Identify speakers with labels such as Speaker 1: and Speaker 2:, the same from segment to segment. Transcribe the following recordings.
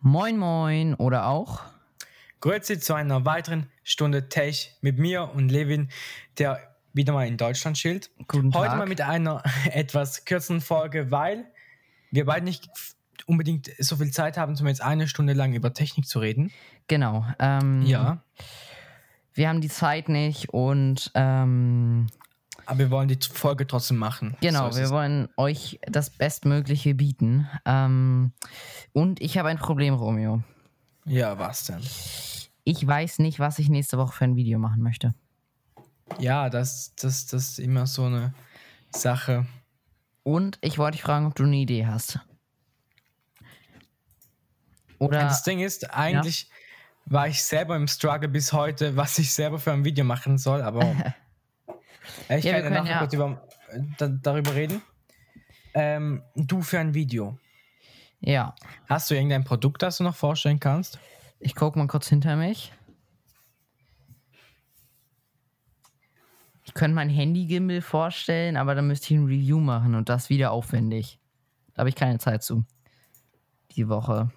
Speaker 1: Moin Moin oder auch
Speaker 2: Grüezi zu einer weiteren Stunde Tech mit mir und Levin, der wieder mal in Deutschland schilt.
Speaker 1: Guten
Speaker 2: Heute
Speaker 1: Tag.
Speaker 2: mal mit einer etwas kürzeren Folge, weil wir beide nicht unbedingt so viel Zeit haben, um jetzt eine Stunde lang über Technik zu reden.
Speaker 1: Genau. Ähm,
Speaker 2: Ja,
Speaker 1: Wir haben die Zeit nicht und ähm,
Speaker 2: aber wir wollen die Folge trotzdem machen.
Speaker 1: genau,
Speaker 2: So ist
Speaker 1: wir
Speaker 2: es.
Speaker 1: wollen euch das Bestmögliche bieten. Ähm, und ich habe ein Problem, Romeo.
Speaker 2: Ja, was denn?
Speaker 1: Ich weiß nicht, was ich nächste Woche für ein Video machen möchte.
Speaker 2: Ja, das, das, das ist immer so eine Sache.
Speaker 1: Und ich wollte dich fragen, ob du eine Idee hast. Oder
Speaker 2: Das Ding ist, eigentlich war ich selber im Struggle bis heute, was ich selber für ein Video machen soll, aber
Speaker 1: Ja, wir
Speaker 2: ich kann ja
Speaker 1: können
Speaker 2: nachher
Speaker 1: ja-
Speaker 2: kurz über, da, darüber reden. Ähm, du für ein Video.
Speaker 1: ja,
Speaker 2: Hast du irgendein Produkt, das du noch vorstellen kannst?
Speaker 1: ich gucke mal kurz hinter mich. Ich könnte mein Handy-Gimbal vorstellen, aber dann müsste ich ein Review machen und das wieder aufwendig. Da habe ich keine Zeit zu. Die Woche.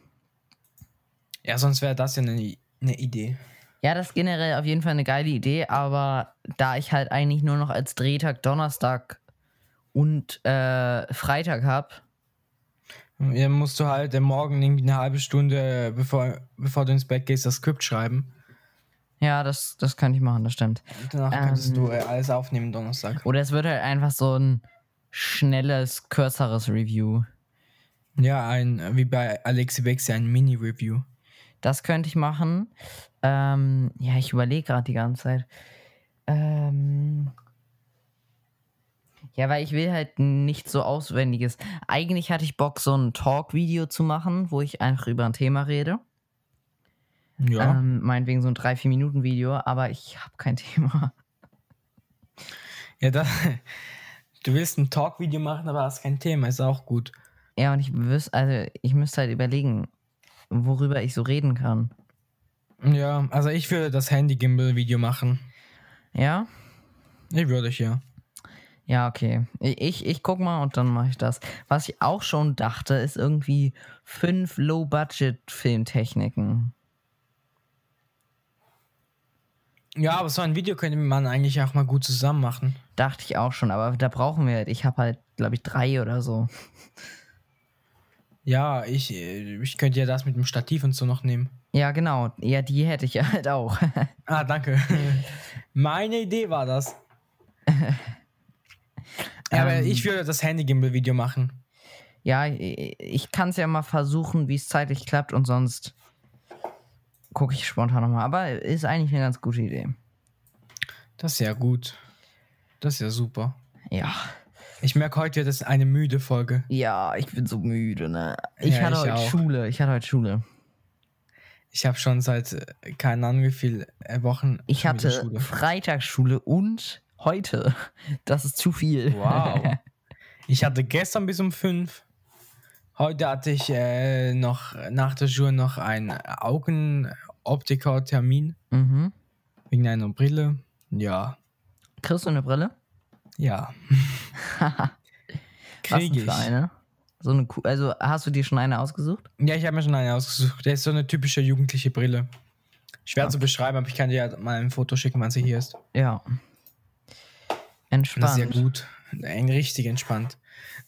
Speaker 2: Ja, sonst wäre das ja eine, I- eine Idee.
Speaker 1: Ja, das ist generell auf jeden Fall eine geile Idee, aber da ich halt eigentlich nur noch als Drehtag Donnerstag und äh, Freitag habe,
Speaker 2: Ja, musst du halt äh, morgen irgendwie eine halbe Stunde, äh, bevor, bevor du ins Bett gehst, das Skript schreiben.
Speaker 1: ja, das, das kann ich machen, das stimmt.
Speaker 2: Danach könntest
Speaker 1: Ähm.
Speaker 2: du äh, alles aufnehmen Donnerstag.
Speaker 1: Oder es wird halt einfach so ein schnelles, kürzeres Review.
Speaker 2: Ja, ein, äh, wie bei Alexi Bexi, ein Mini-Review.
Speaker 1: Das könnte ich machen. Ähm, ja, ich überlege gerade die ganze Zeit. Ähm, ja, weil ich will halt nichts so Auswendiges. Eigentlich hatte ich Bock, so ein Talk-Video zu machen, wo ich einfach über ein Thema rede.
Speaker 2: Ja.
Speaker 1: Ähm, meinetwegen so ein 3-4-Minuten-Video, aber ich habe kein Thema.
Speaker 2: Ja, das, du willst ein Talk-Video machen, aber hast kein Thema, ist auch gut.
Speaker 1: Ja, und ich wüsste, also ich müsste halt überlegen, worüber ich so reden kann.
Speaker 2: Ja, also ich würde das Handy-Gimbal-Video machen.
Speaker 1: Ja?
Speaker 2: Ich würde ich, ja.
Speaker 1: Ja, okay. Ich, ich, ich guck mal und dann mache ich das. Was ich auch schon dachte, ist irgendwie fünf Low-Budget-Filmtechniken.
Speaker 2: Ja, aber so ein Video könnte man eigentlich auch mal gut zusammen machen.
Speaker 1: Dachte ich auch schon, aber da brauchen wir halt. Ich habe halt, glaube ich, drei oder so.
Speaker 2: Ja, ich, äh, ich könnte ja das mit dem Stativ und so noch nehmen.
Speaker 1: Ja, genau. Ja, die hätte ich halt auch.
Speaker 2: Ah, danke. Meine Idee war das. ja, aber
Speaker 1: Ähm.
Speaker 2: ich würde das Handy-Gimbal-Video machen.
Speaker 1: ja, ich, ich kann es ja mal versuchen, wie es zeitlich klappt und sonst gucke ich spontan nochmal. Aber ist eigentlich eine ganz gute Idee.
Speaker 2: Das ist ja gut. Das ist ja super.
Speaker 1: Ja.
Speaker 2: Ich merke, heute wird es eine müde Folge.
Speaker 1: Ja, ich bin so müde, ne? Ich
Speaker 2: Ja,
Speaker 1: hatte
Speaker 2: ich
Speaker 1: heute
Speaker 2: auch.
Speaker 1: Schule. Ich hatte heute Schule.
Speaker 2: Ich habe schon seit, äh, keine Ahnung wie viel äh, Wochen
Speaker 1: Ich
Speaker 2: schon wieder
Speaker 1: hatte Freitagsschule und heute. Das ist zu viel.
Speaker 2: Wow. Ich hatte gestern bis um 5. Heute hatte ich äh, noch nach der Schule noch einen Augenoptiker-Termin
Speaker 1: Mhm.
Speaker 2: wegen einer Brille. Ja,
Speaker 1: Kriegst du eine Brille?
Speaker 2: ja.
Speaker 1: Was
Speaker 2: Krieg
Speaker 1: denn
Speaker 2: ich.
Speaker 1: für eine? So eine Ku- also hast du dir schon eine ausgesucht?
Speaker 2: Ja, ich habe mir schon eine ausgesucht. Der ist so eine typische jugendliche Brille. Schwer zu beschreiben, aber ich kann dir ja mal ein Foto schicken, wann sie hier ist.
Speaker 1: Ja.
Speaker 2: Und Das ist ja
Speaker 1: Entspannt.
Speaker 2: gut. Ein richtig entspannt.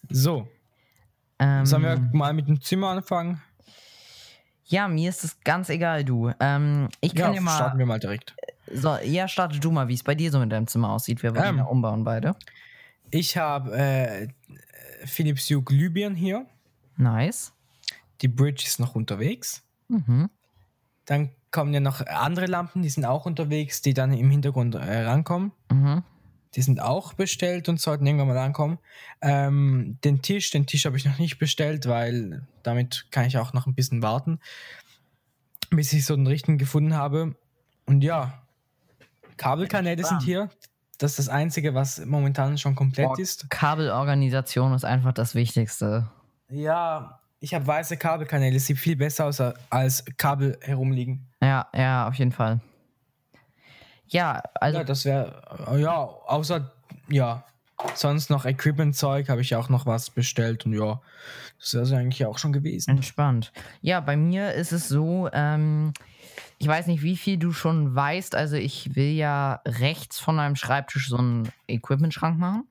Speaker 2: So,
Speaker 1: Ähm,
Speaker 2: sollen wir mal mit dem Zimmer anfangen?
Speaker 1: ja, mir ist es ganz egal, du. Ähm, ich kann
Speaker 2: Ja,
Speaker 1: dir mal.
Speaker 2: starten wir mal direkt.
Speaker 1: So, ja, starte du mal, wie es bei dir so mit deinem Zimmer aussieht. Wir wollen
Speaker 2: Ähm.
Speaker 1: ja umbauen beide.
Speaker 2: Ich habe äh, Philips Hue Glühbirnen hier.
Speaker 1: Nice.
Speaker 2: Die Bridge ist noch unterwegs.
Speaker 1: Mhm.
Speaker 2: Dann kommen ja noch andere Lampen, die sind auch unterwegs, die dann im Hintergrund äh, rankommen.
Speaker 1: Mhm.
Speaker 2: Die sind auch bestellt und sollten irgendwann mal rankommen. Ähm, den Tisch, den Tisch habe ich noch nicht bestellt, weil damit kann ich auch noch ein bisschen warten, bis ich so den richtigen gefunden habe. Und ja, Kabelkanäle sind hier. Das ist das Einzige, was momentan schon komplett ist.
Speaker 1: Kabelorganisation ist einfach das Wichtigste.
Speaker 2: Ja, ich habe weiße Kabelkanäle, sieht viel besser aus als Kabel herumliegen.
Speaker 1: Ja, ja, auf jeden Fall. Ja, also
Speaker 2: äh, Ja, das wäre, ja, außer, ja, sonst noch Equipment-Zeug habe ich auch noch was bestellt und ja, das ist also eigentlich auch schon gewesen.
Speaker 1: Entspannt. Ja, bei mir ist es so, ähm, ich weiß nicht, wie viel du schon weißt. Also ich will ja rechts von meinem Schreibtisch so einen Equipment-Schrank machen.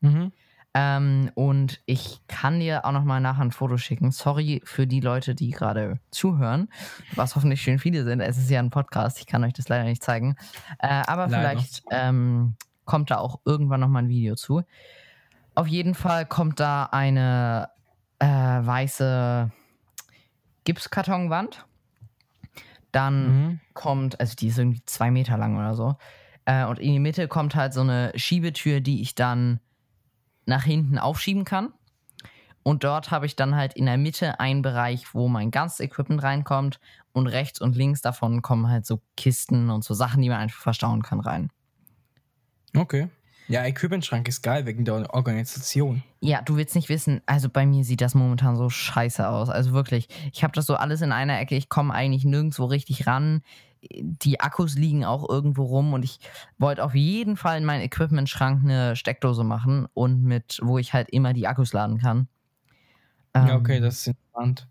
Speaker 2: Mhm.
Speaker 1: Ähm, und ich kann dir auch nochmal nachher ein Foto schicken. Sorry für die Leute, die gerade zuhören, was hoffentlich schön viele sind. Es ist ja ein Podcast, ich kann euch das leider nicht zeigen. Äh, aber
Speaker 2: Leider.
Speaker 1: vielleicht ähm, kommt da auch irgendwann nochmal ein Video zu. Auf jeden Fall kommt da eine äh, weiße Gipskartonwand. Dann
Speaker 2: Mhm.
Speaker 1: kommt, also die ist irgendwie zwei Meter lang oder so. Äh, und in die Mitte kommt halt so eine Schiebetür, die ich dann nach hinten aufschieben kann. Und dort habe ich dann halt in der Mitte einen Bereich, wo mein ganzes Equipment reinkommt. Und rechts und links davon kommen halt so Kisten und so Sachen, die man einfach verstauen kann, rein.
Speaker 2: Okay. Ja, Equipment-Schrank ist geil wegen der Organisation.
Speaker 1: Ja, du willst nicht wissen, also bei mir sieht das momentan so scheiße aus. Also wirklich, ich habe das so alles in einer Ecke, ich komme eigentlich nirgendwo richtig ran. Die Akkus liegen auch irgendwo rum und ich wollte auf jeden Fall in meinen Equipment-Schrank eine Steckdose machen und mit, wo ich halt immer die Akkus laden kann.
Speaker 2: Ja,
Speaker 1: Ähm,
Speaker 2: okay, das ist interessant.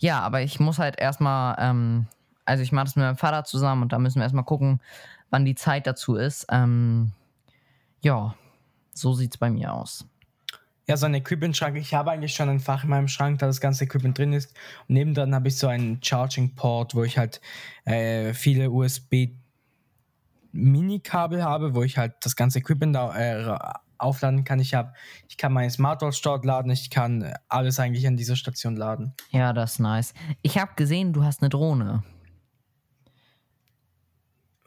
Speaker 1: ja, aber ich muss halt erstmal, ähm, also ich mache das mit meinem Vater zusammen und da müssen wir erstmal gucken, wann die Zeit dazu ist. Ähm, ja, so sieht's bei mir aus.
Speaker 2: Ja, so ein Equipment-Schrank. Ich habe eigentlich schon ein Fach in meinem Schrank, da das ganze Equipment drin ist. Und nebendran habe ich so einen Charging-Port, wo ich halt äh, viele USB-Mini-Kabel habe, wo ich halt das ganze Equipment au äh, ra- aufladen kann. Ich, hab, ich kann meine Smartwatch dort laden, ich kann äh, alles eigentlich an dieser Station laden.
Speaker 1: Ja, das ist nice. Ich habe gesehen, du hast eine Drohne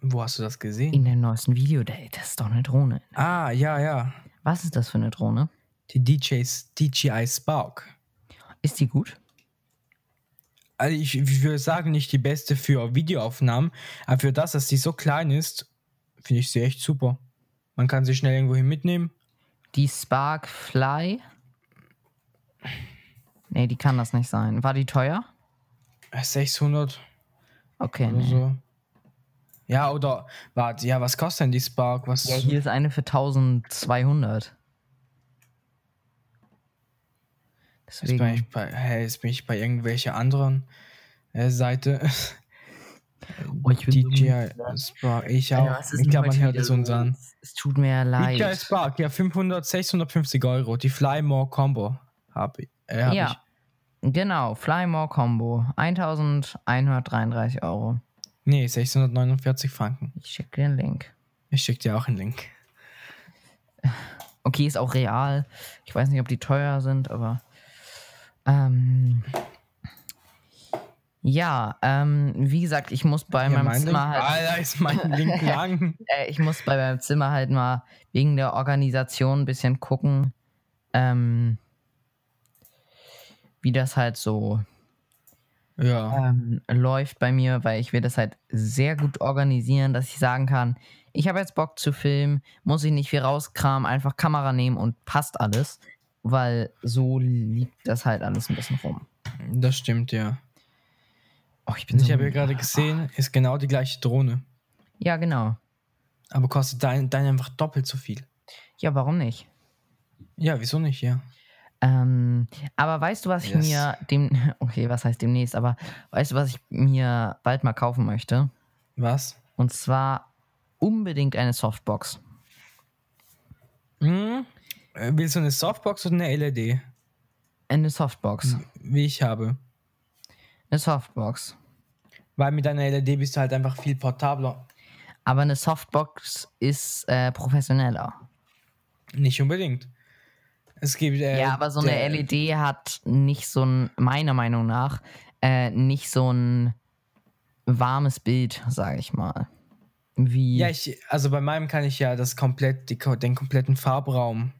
Speaker 2: Wo hast du das gesehen?
Speaker 1: in deinem neuesten Video. Ey, Das ist doch eine Drohne.
Speaker 2: Ah, ja, ja.
Speaker 1: Was ist das für eine Drohne?
Speaker 2: Die DJs, DJI Spark.
Speaker 1: Ist die gut?
Speaker 2: also ich, ich würde sagen, nicht die beste für Videoaufnahmen, aber für das, dass sie so klein ist, finde ich sie echt super. Man kann sie schnell irgendwo hin mitnehmen.
Speaker 1: Die Spark Fly? Nee, die kann das nicht sein. War die teuer?
Speaker 2: 600
Speaker 1: Okay,
Speaker 2: Äh, oder
Speaker 1: nee.
Speaker 2: Also so. Ja, oder, warte, ja, was kostet denn die Spark? Was,
Speaker 1: Ja, hier ist eine für 1200.
Speaker 2: jetzt, bin ich
Speaker 1: Deswegen.
Speaker 2: bei, hä, jetzt bin ich bei irgendwelcher anderen äh, Seite.
Speaker 1: Oh, ich bin so
Speaker 2: DJI
Speaker 1: müde.
Speaker 2: Spark, ich
Speaker 1: Alter,
Speaker 2: auch.
Speaker 1: was ist
Speaker 2: ich
Speaker 1: denn
Speaker 2: glaube, man
Speaker 1: heute
Speaker 2: hört
Speaker 1: wieder
Speaker 2: es uns
Speaker 1: los?
Speaker 2: an.
Speaker 1: Es tut mir leid.
Speaker 2: DJI Spark, ja, 500, 650 Euro. Die Fly More Combo habe ich. Äh, hab
Speaker 1: Ja.
Speaker 2: ich.
Speaker 1: Genau, Fly More Combo. 1133 Euro.
Speaker 2: Nee, 649 Franken.
Speaker 1: Ich schicke den Link.
Speaker 2: Ich schicke dir auch einen Link.
Speaker 1: Okay, ist auch real. Ich weiß nicht, ob die teuer sind, aber. Ähm, ja, ähm, wie gesagt, ich muss bei
Speaker 2: Ja,
Speaker 1: meinem
Speaker 2: mein Link,
Speaker 1: Zimmer halt,
Speaker 2: Alter, ist mein Link lang.
Speaker 1: äh, ich muss bei meinem Zimmer halt mal wegen der Organisation ein bisschen gucken, ähm, wie das halt so
Speaker 2: Ja.
Speaker 1: ähm, läuft bei mir, weil ich will das halt sehr gut organisieren, dass ich sagen kann, ich habe jetzt Bock zu filmen, muss ich nicht viel rauskramen, einfach Kamera nehmen und passt alles, weil so liegt das halt alles ein bisschen rum.
Speaker 2: Das stimmt, ja. Also,
Speaker 1: Oh, ich bin
Speaker 2: Ich
Speaker 1: so
Speaker 2: habe ja
Speaker 1: müde.
Speaker 2: gerade gesehen, ist genau die gleiche Drohne.
Speaker 1: Ja, genau.
Speaker 2: Aber kostet dein, dein einfach doppelt so viel.
Speaker 1: Ja, warum nicht?
Speaker 2: Ja, wieso nicht, ja.
Speaker 1: Ähm, aber weißt du, was ich
Speaker 2: Yes.
Speaker 1: mir dem okay, was heißt demnächst, aber weißt du, was ich mir bald mal kaufen möchte?
Speaker 2: Was?
Speaker 1: Und zwar unbedingt eine Softbox.
Speaker 2: Hm? Äh, Willst du eine Softbox oder eine LED?
Speaker 1: Eine Softbox.
Speaker 2: Wie ich habe.
Speaker 1: Eine Softbox.
Speaker 2: Weil mit einer LED bist du halt einfach viel portabler.
Speaker 1: Aber eine Softbox ist äh, professioneller.
Speaker 2: Nicht unbedingt. Es gibt. äh,
Speaker 1: ja, aber so eine
Speaker 2: der-
Speaker 1: LED hat nicht so ein, meiner Meinung nach, äh, nicht so ein warmes Bild, sage ich mal. Wie.
Speaker 2: Ja, ich, also bei meinem kann ich ja das komplett, die, ko- den kompletten Farbraum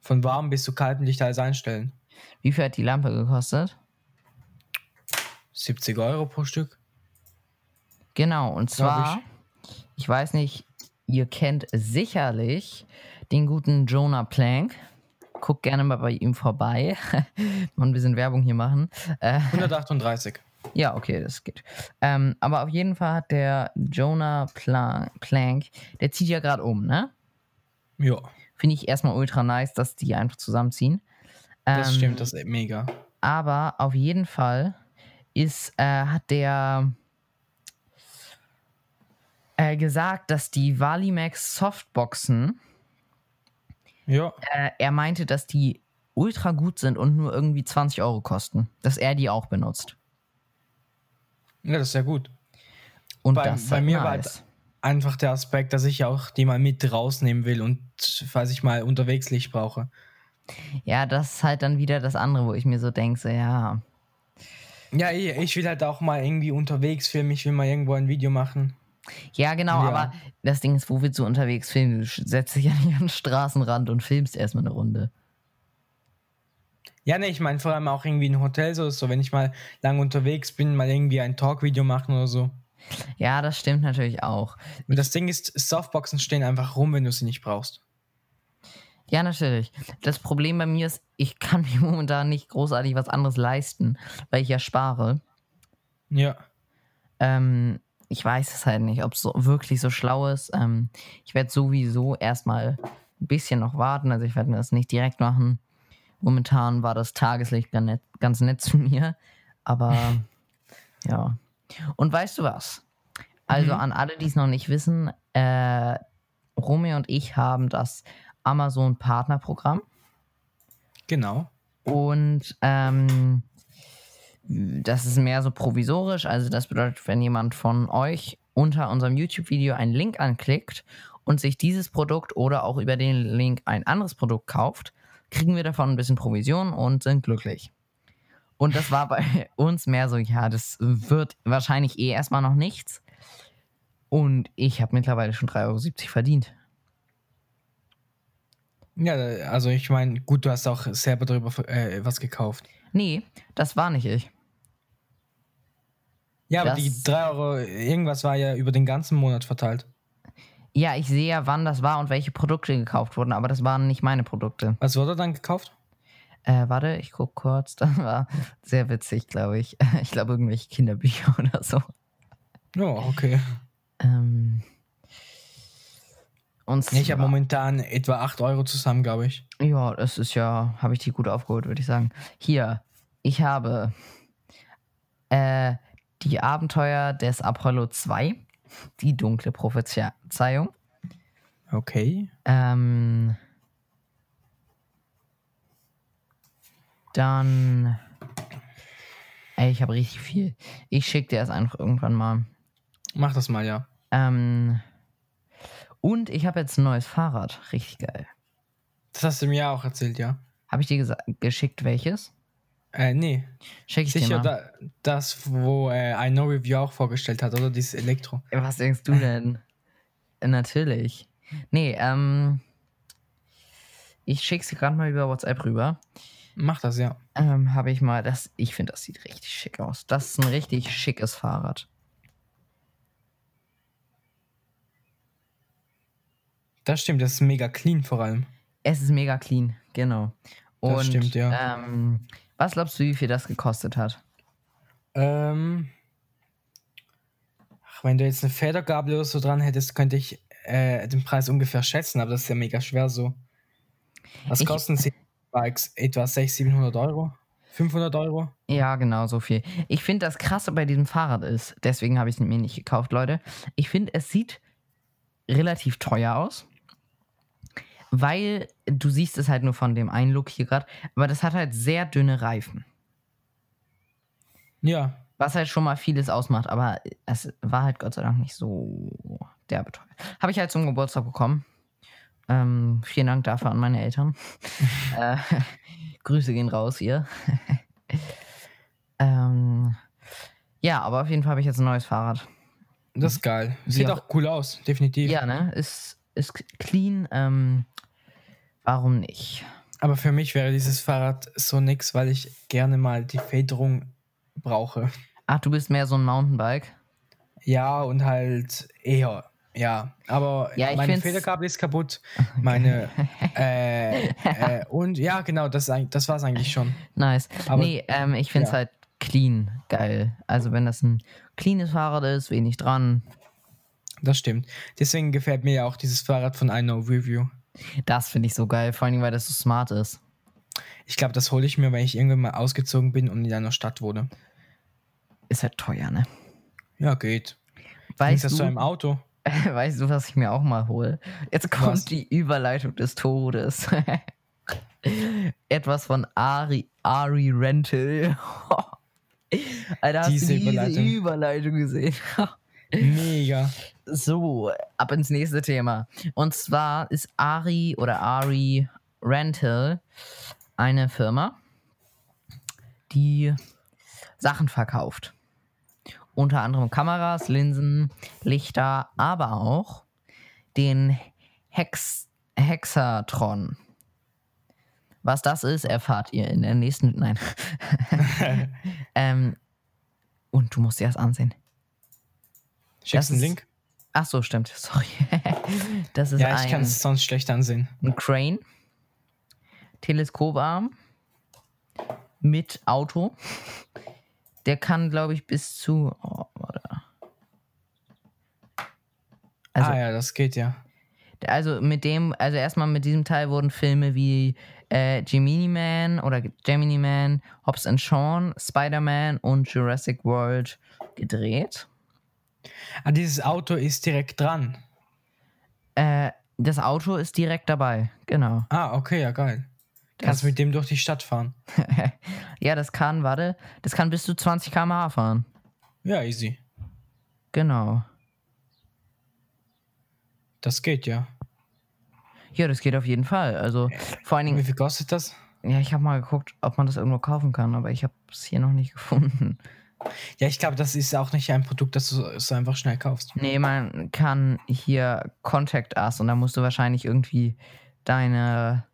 Speaker 2: von warm bis zu kaltem Licht alles einstellen.
Speaker 1: wie viel hat die Lampe gekostet?
Speaker 2: 70 Euro pro Stück.
Speaker 1: Genau, und
Speaker 2: Glaub
Speaker 1: zwar, ich. weiß nicht, ihr kennt sicherlich den guten Jonah Plank. Guckt gerne mal bei ihm vorbei. Und ein bisschen Werbung hier machen. Äh,
Speaker 2: 138.
Speaker 1: Ja, okay, das geht. Ähm, aber auf jeden Fall hat der Jonah Pla Plank, der zieht ja gerade um, ne?
Speaker 2: ja.
Speaker 1: Finde ich erstmal ultra nice, dass die einfach zusammenziehen.
Speaker 2: Das
Speaker 1: Ähm,
Speaker 2: stimmt, das ist mega.
Speaker 1: aber auf jeden Fall ist, äh, hat der äh, gesagt, dass die Valimax Softboxen,
Speaker 2: Ja,
Speaker 1: äh, er meinte, dass die ultra gut sind und nur irgendwie 20 Euro kosten, dass er die auch benutzt.
Speaker 2: ja das ist ja gut.
Speaker 1: Und
Speaker 2: Bei-
Speaker 1: das ist
Speaker 2: bei
Speaker 1: halt
Speaker 2: mir war
Speaker 1: nice.
Speaker 2: Einfach der Aspekt, dass ich auch die mal mit rausnehmen will und falls ich mal unterwegs Licht brauche.
Speaker 1: Ja, das ist halt dann wieder das andere, wo ich mir so denke, so, ja,
Speaker 2: Ja, ich, ich will halt auch mal irgendwie unterwegs filmen, ich will mal irgendwo ein Video machen.
Speaker 1: Ja, genau,
Speaker 2: Ja.
Speaker 1: aber das Ding ist, wo willst du unterwegs filmen? Du sch- setzt dich ja nicht an den Straßenrand und filmst erstmal eine Runde.
Speaker 2: Ja, ne, ich meine vor allem auch irgendwie in Hotels oder so, wenn ich mal lang unterwegs bin, mal irgendwie ein Talk-Video machen oder so.
Speaker 1: Ja, das stimmt natürlich auch.
Speaker 2: Und das Ding ist, Softboxen stehen einfach rum, wenn du sie nicht brauchst.
Speaker 1: Ja, natürlich. Das Problem bei mir ist, ich kann mir momentan nicht großartig was anderes leisten, weil ich ja spare.
Speaker 2: Ja.
Speaker 1: Ähm, ich weiß es halt nicht, ob es so, wirklich so schlau ist. Ähm, ich werde sowieso erstmal ein bisschen noch warten. Also ich werde mir das nicht direkt machen. Momentan war das Tageslicht ganz nett, ganz nett zu mir. Aber ja. Und weißt du was? Also
Speaker 2: Mhm.
Speaker 1: an alle, die es noch nicht wissen, äh, Romeo und ich haben das Amazon Partnerprogramm.
Speaker 2: Genau.
Speaker 1: Und ähm, das ist mehr so provisorisch. Also das bedeutet, wenn jemand von euch unter unserem YouTube-Video einen Link anklickt und sich dieses Produkt oder auch über den Link ein anderes Produkt kauft, kriegen wir davon ein bisschen Provision und sind glücklich. Und das war bei uns mehr so, ja, das wird wahrscheinlich eh erstmal noch nichts. Und ich habe mittlerweile schon 3,70 Euro verdient.
Speaker 2: Ja, also ich meine, gut, du hast auch selber darüber äh, was gekauft.
Speaker 1: Nee, das war nicht ich.
Speaker 2: Ja, aber
Speaker 1: Das-
Speaker 2: die 3 Euro irgendwas war ja über den ganzen Monat verteilt.
Speaker 1: Ja, ich sehe ja, wann das war und welche Produkte gekauft wurden, aber das waren nicht meine Produkte.
Speaker 2: Was wurde dann gekauft?
Speaker 1: Äh, warte, ich guck kurz. Das war sehr witzig, glaube ich. Ich glaube, irgendwelche Kinderbücher oder so.
Speaker 2: Ja, okay.
Speaker 1: Ähm, und
Speaker 2: Ich habe
Speaker 1: zwar-
Speaker 2: momentan etwa 8 Euro zusammen, glaube ich.
Speaker 1: Ja, das ist ja, habe ich die gut aufgeholt, würde ich sagen. Hier, ich habe äh, die Abenteuer des Apollo 2, die dunkle Prophezeiung.
Speaker 2: Okay.
Speaker 1: Ähm, dann. Ey, ich habe richtig viel. Ich schicke dir das einfach irgendwann mal.
Speaker 2: Mach das mal, ja.
Speaker 1: Ähm, und ich habe jetzt ein neues Fahrrad. Richtig geil.
Speaker 2: Das hast du mir ja auch erzählt, ja.
Speaker 1: Habe ich dir gesa- geschickt, welches?
Speaker 2: Äh, nee.
Speaker 1: Schicke ich
Speaker 2: Sicher
Speaker 1: dir mal.
Speaker 2: da, das, wo äh, I know Review auch vorgestellt hat, oder? Dieses Elektro.
Speaker 1: Was denkst du denn? Äh, Natürlich. Nee, ähm. Ich schick's dir gerade mal über WhatsApp rüber.
Speaker 2: Mach das, ja.
Speaker 1: Ähm, habe ich mal das. Ich finde, das sieht richtig schick aus. Das ist ein richtig schickes Fahrrad.
Speaker 2: Das stimmt, das ist mega clean vor allem.
Speaker 1: Es ist mega clean, genau. Und,
Speaker 2: Das stimmt, ja.
Speaker 1: Ähm, was glaubst du, wie viel das gekostet hat?
Speaker 2: Ähm. Ach, wenn du jetzt eine Federgabel oder so dran hättest, könnte ich äh, den Preis ungefähr schätzen, aber das ist ja mega schwer so. Was
Speaker 1: Ich-
Speaker 2: kosten sie? Bikes? Etwa 600, 700 Euro? 500 Euro?
Speaker 1: Ja, genau, so viel. Ich finde, das Krasse bei diesem Fahrrad ist, deswegen habe ich es mir nicht gekauft, Leute. Ich finde, es sieht relativ teuer aus, weil du siehst es halt nur von dem einen Look hier gerade, aber das hat halt sehr dünne Reifen,
Speaker 2: Ja,
Speaker 1: was halt schon mal vieles ausmacht, aber es war halt Gott sei Dank nicht so derbe teuer. Habe ich halt zum Geburtstag bekommen. Ähm, vielen Dank dafür an meine Eltern. äh, Grüße gehen raus, ihr. ähm, ja, aber auf jeden Fall habe ich jetzt ein neues Fahrrad.
Speaker 2: das ist geil.
Speaker 1: Wie
Speaker 2: Sieht
Speaker 1: auch-
Speaker 2: auch cool aus, definitiv.
Speaker 1: Mhm. Ja, ne? Ist, ist clean. Ähm, warum nicht?
Speaker 2: Aber für mich wäre dieses Fahrrad so nix, weil ich gerne mal die Federung brauche.
Speaker 1: Ach, du bist mehr so ein Mountainbike.
Speaker 2: Ja, und halt eher. Ja, aber
Speaker 1: Ja, ich
Speaker 2: meine
Speaker 1: find's-
Speaker 2: Federgabel ist kaputt. Meine. äh, äh, und ja, genau, das, ist eigentlich- das war es eigentlich schon.
Speaker 1: Nice.
Speaker 2: Aber-
Speaker 1: nee, ähm, ich finde es
Speaker 2: ja.
Speaker 1: halt clean geil. Also, wenn das ein cleanes Fahrrad ist, wenig dran.
Speaker 2: Das stimmt. Deswegen gefällt mir ja auch dieses Fahrrad von I Know Review.
Speaker 1: Das finde ich so geil, vor allem, weil das so smart ist.
Speaker 2: Ich glaube, das hole ich mir, wenn ich irgendwann mal ausgezogen bin und in einer Stadt wohne.
Speaker 1: Ist halt teuer, ne?
Speaker 2: Ja, geht. Bringst
Speaker 1: Weißt
Speaker 2: das zu einem
Speaker 1: du,
Speaker 2: Auto?
Speaker 1: weißt du, was ich mir auch mal hole? Jetzt kommt
Speaker 2: Was?
Speaker 1: die Überleitung des Todes. Etwas von Ari, Ari Rental. Alter, hast
Speaker 2: Diese
Speaker 1: du diese
Speaker 2: Überleitung.
Speaker 1: Überleitung gesehen?
Speaker 2: Mega.
Speaker 1: So, ab ins nächste Thema. Und zwar ist Ari oder Ari Rental eine Firma, die Sachen verkauft. Unter anderem Kameras, Linsen, Lichter, aber auch den Hex Hexatron. Was das ist, erfahrt ihr in der nächsten. Nein. ähm, und du musst dir das ansehen. Das
Speaker 2: Schickst einen
Speaker 1: ist-
Speaker 2: Link?
Speaker 1: Ach so, stimmt. Sorry. Das ist
Speaker 2: Ja, ich kann
Speaker 1: ein,
Speaker 2: es sonst schlecht ansehen.
Speaker 1: ein Crane, Teleskoparm mit Auto. Der kann, glaube ich, bis zu. Oh, warte. Also,
Speaker 2: ah ja, das geht ja.
Speaker 1: also mit dem, also erstmal mit diesem Teil wurden Filme wie äh, Gemini Man oder Gemini Man, Hobbs and Shawn, Spider-Man und Jurassic World gedreht.
Speaker 2: Ah, dieses Auto ist direkt dran.
Speaker 1: Äh, das Auto ist direkt dabei, genau.
Speaker 2: Ah, okay, ja, geil. Kannst
Speaker 1: Das-
Speaker 2: mit dem durch die Stadt fahren.
Speaker 1: Ja, das kann, warte, das kann bis zu 20 km/h fahren.
Speaker 2: Ja, easy.
Speaker 1: Genau.
Speaker 2: Das geht ja.
Speaker 1: Ja, das geht auf jeden Fall. Also vor allen
Speaker 2: Wie
Speaker 1: Dingen,
Speaker 2: viel kostet das?
Speaker 1: ja, ich habe mal geguckt, ob man das irgendwo kaufen kann, aber ich habe es hier noch nicht gefunden.
Speaker 2: Ja, ich glaube, das ist auch nicht ein Produkt, das du so einfach schnell kaufst.
Speaker 1: Nee, man kann hier Contact Us und da musst du wahrscheinlich irgendwie deine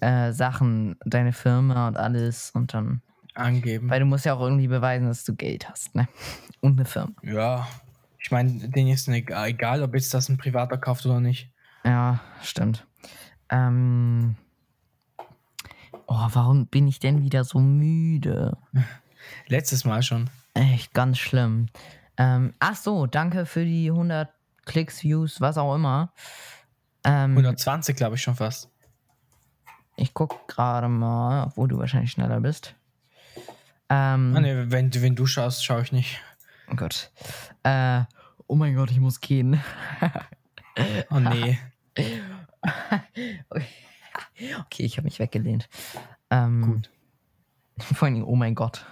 Speaker 1: äh, Sachen, deine Firma und alles und dann.
Speaker 2: Angeben.
Speaker 1: Weil du musst ja auch irgendwie beweisen, dass du Geld hast, ne? Und eine Firma.
Speaker 2: Ja. Ich meine, denen ist ne- egal, ob jetzt das ein Privater kauft oder nicht.
Speaker 1: Ja, stimmt. Ähm. Oh, warum bin ich denn wieder so müde?
Speaker 2: Letztes Mal schon.
Speaker 1: Echt ganz schlimm. Ähm, ach so, danke für die 100 Klicks, Views, was auch immer. Ähm,
Speaker 2: 120, glaube ich, schon fast.
Speaker 1: ich guck gerade mal, obwohl du wahrscheinlich schneller bist. Ähm,
Speaker 2: Ah, ne, wenn, du- wenn du schaust, schaue ich nicht.
Speaker 1: oh Gott. Äh, oh mein Gott, ich muss gehen.
Speaker 2: Oh nee.
Speaker 1: Okay, ich habe mich weggelehnt. Ähm,
Speaker 2: Gut.
Speaker 1: Vor allem, oh mein Gott.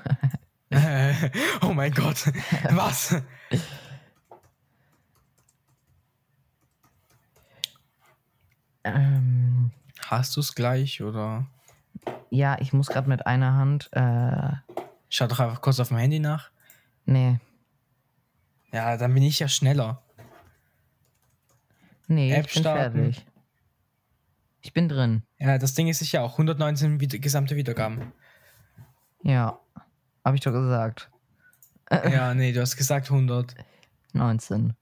Speaker 2: Äh, oh mein Gott. Was?
Speaker 1: Ähm,
Speaker 2: Hast du es gleich oder?
Speaker 1: ja, ich muss gerade mit einer Hand. Äh,
Speaker 2: Schau doch einfach kurz auf dem Handy nach.
Speaker 1: nee.
Speaker 2: Ja, dann bin ich ja schneller.
Speaker 1: Nee,
Speaker 2: App
Speaker 1: ich bin
Speaker 2: starten.
Speaker 1: fertig. Ich bin drin.
Speaker 2: Ja, das Ding ist sicher auch 119 Wied gesamte Wiedergaben.
Speaker 1: Ja. Habe ich doch gesagt.
Speaker 2: Ja, nee, du hast gesagt 100.
Speaker 1: 19.
Speaker 2: Und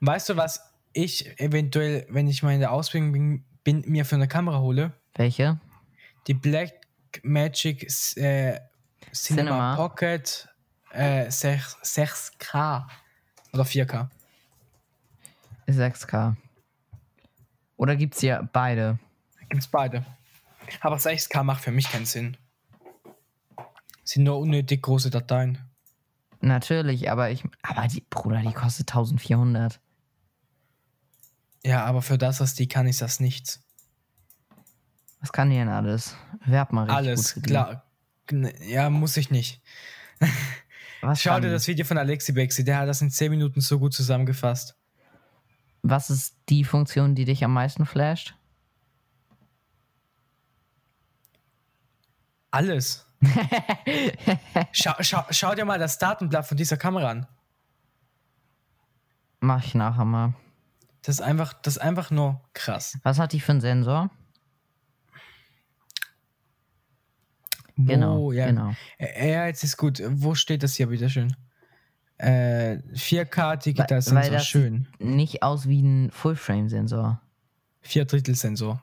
Speaker 2: weißt du, was ich eventuell, wenn ich mal in der Ausbildung bin, bin mir für eine Kamera hole?
Speaker 1: Welche?
Speaker 2: Die Black Magic S- äh, Cinema,
Speaker 1: Cinema.
Speaker 2: Pocket äh, 6, 6K oder 4K.
Speaker 1: 6K. Oder gibt's ja beide?
Speaker 2: Gibt's beide. Aber 6K macht für mich keinen Sinn. Sind nur unnötig große Dateien.
Speaker 1: Natürlich, aber ich. Aber die, Bruder, die kostet 1400.
Speaker 2: Ja, aber für das, was die kann, ist das nichts.
Speaker 1: Was kann die denn alles? Werb mal richtig.
Speaker 2: Alles,
Speaker 1: gut für die.
Speaker 2: klar. Gn- Ja, muss ich nicht.
Speaker 1: Was,
Speaker 2: Schau
Speaker 1: kann
Speaker 2: dir
Speaker 1: die?
Speaker 2: das Video von Alexi Bexi, der hat das in 10 Minuten so gut zusammengefasst.
Speaker 1: Was ist die Funktion, die dich am meisten flasht?
Speaker 2: Alles. schau, schau, schau dir mal das Datenblatt von dieser Kamera an.
Speaker 1: Mach ich nachher mal.
Speaker 2: Das ist einfach, das ist einfach nur krass.
Speaker 1: Was hat die für einen Sensor? Genau.
Speaker 2: Wo- ja,
Speaker 1: genau.
Speaker 2: Äh, Ja, jetzt ist gut. Wo steht das hier, bitteschön? Äh, 4K
Speaker 1: Weil-
Speaker 2: Digital
Speaker 1: weil
Speaker 2: Sensor,
Speaker 1: das-
Speaker 2: schön.
Speaker 1: Nicht aus wie ein Fullframe-Sensor.
Speaker 2: Vier Drittel Sensor.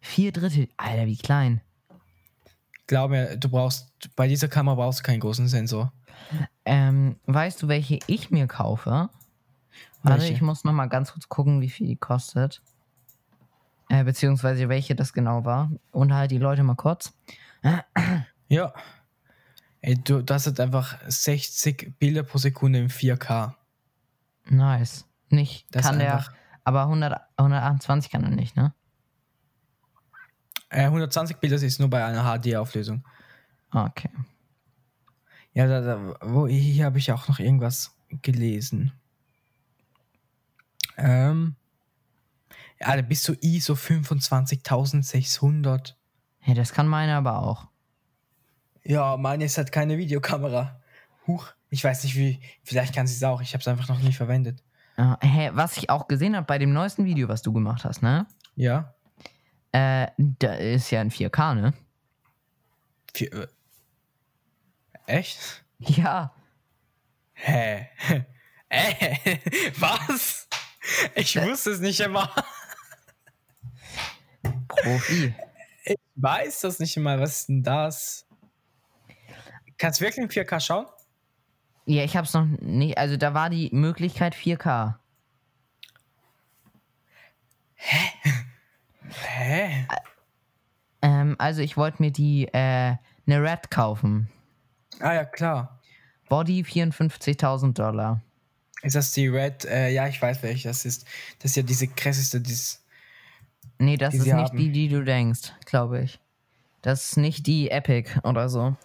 Speaker 1: Vier Drittel. Alter, wie klein.
Speaker 2: Glaub mir, du brauchst, bei dieser Kamera brauchst du keinen großen Sensor.
Speaker 1: Ähm, weißt du, welche ich mir kaufe? Warte,
Speaker 2: Welche?
Speaker 1: ich muss noch mal ganz kurz gucken, wie viel die kostet. äh, beziehungsweise welche das genau war. Und halt die Leute mal kurz.
Speaker 2: Ja. Ey, du, das hat einfach 60 Bilder pro Sekunde in 4K.
Speaker 1: Nice. Nicht
Speaker 2: Das
Speaker 1: kann
Speaker 2: ist
Speaker 1: der,
Speaker 2: einfach.
Speaker 1: aber 100, 128 kann er nicht, ne?
Speaker 2: Äh, 120 Bilder ist nur bei einer HD-Auflösung.
Speaker 1: Ah, Okay.
Speaker 2: Ja, da, da, wo, hier habe ich auch noch irgendwas gelesen. Ähm. Ja, da bist du ISO 25600.
Speaker 1: Hey, das kann meine aber auch.
Speaker 2: Ja, meine ist halt keine Videokamera. Huch, ich weiß nicht wie. Vielleicht kann sie es auch. Ich habe es einfach noch nie verwendet.
Speaker 1: Ja, Hä, was ich auch gesehen habe bei dem neuesten Video, was du gemacht hast, ne?
Speaker 2: Ja.
Speaker 1: Äh, da ist ja ein 4K, ne?
Speaker 2: Für, äh, echt?
Speaker 1: Ja.
Speaker 2: Hä? Äh, was? Ich wusste es nicht einmal.
Speaker 1: Profi.
Speaker 2: Weiß das nicht einmal. Was ist denn das? Kannst du wirklich in 4K schauen?
Speaker 1: ja, ich hab's noch nicht. Also da war die Möglichkeit 4K.
Speaker 2: Hä?
Speaker 1: Ähm, also ich wollte mir die, äh, eine Red kaufen.
Speaker 2: Ah ja, klar.
Speaker 1: Body 54.000 Dollar.
Speaker 2: Ist das die Red? Äh, ja, ich weiß, welche das ist. Das ist ja diese krasseste, dieses.
Speaker 1: Nee, das
Speaker 2: Die
Speaker 1: ist
Speaker 2: sie
Speaker 1: nicht
Speaker 2: haben.
Speaker 1: die, die du denkst, glaube ich. Das ist nicht die Epic oder so.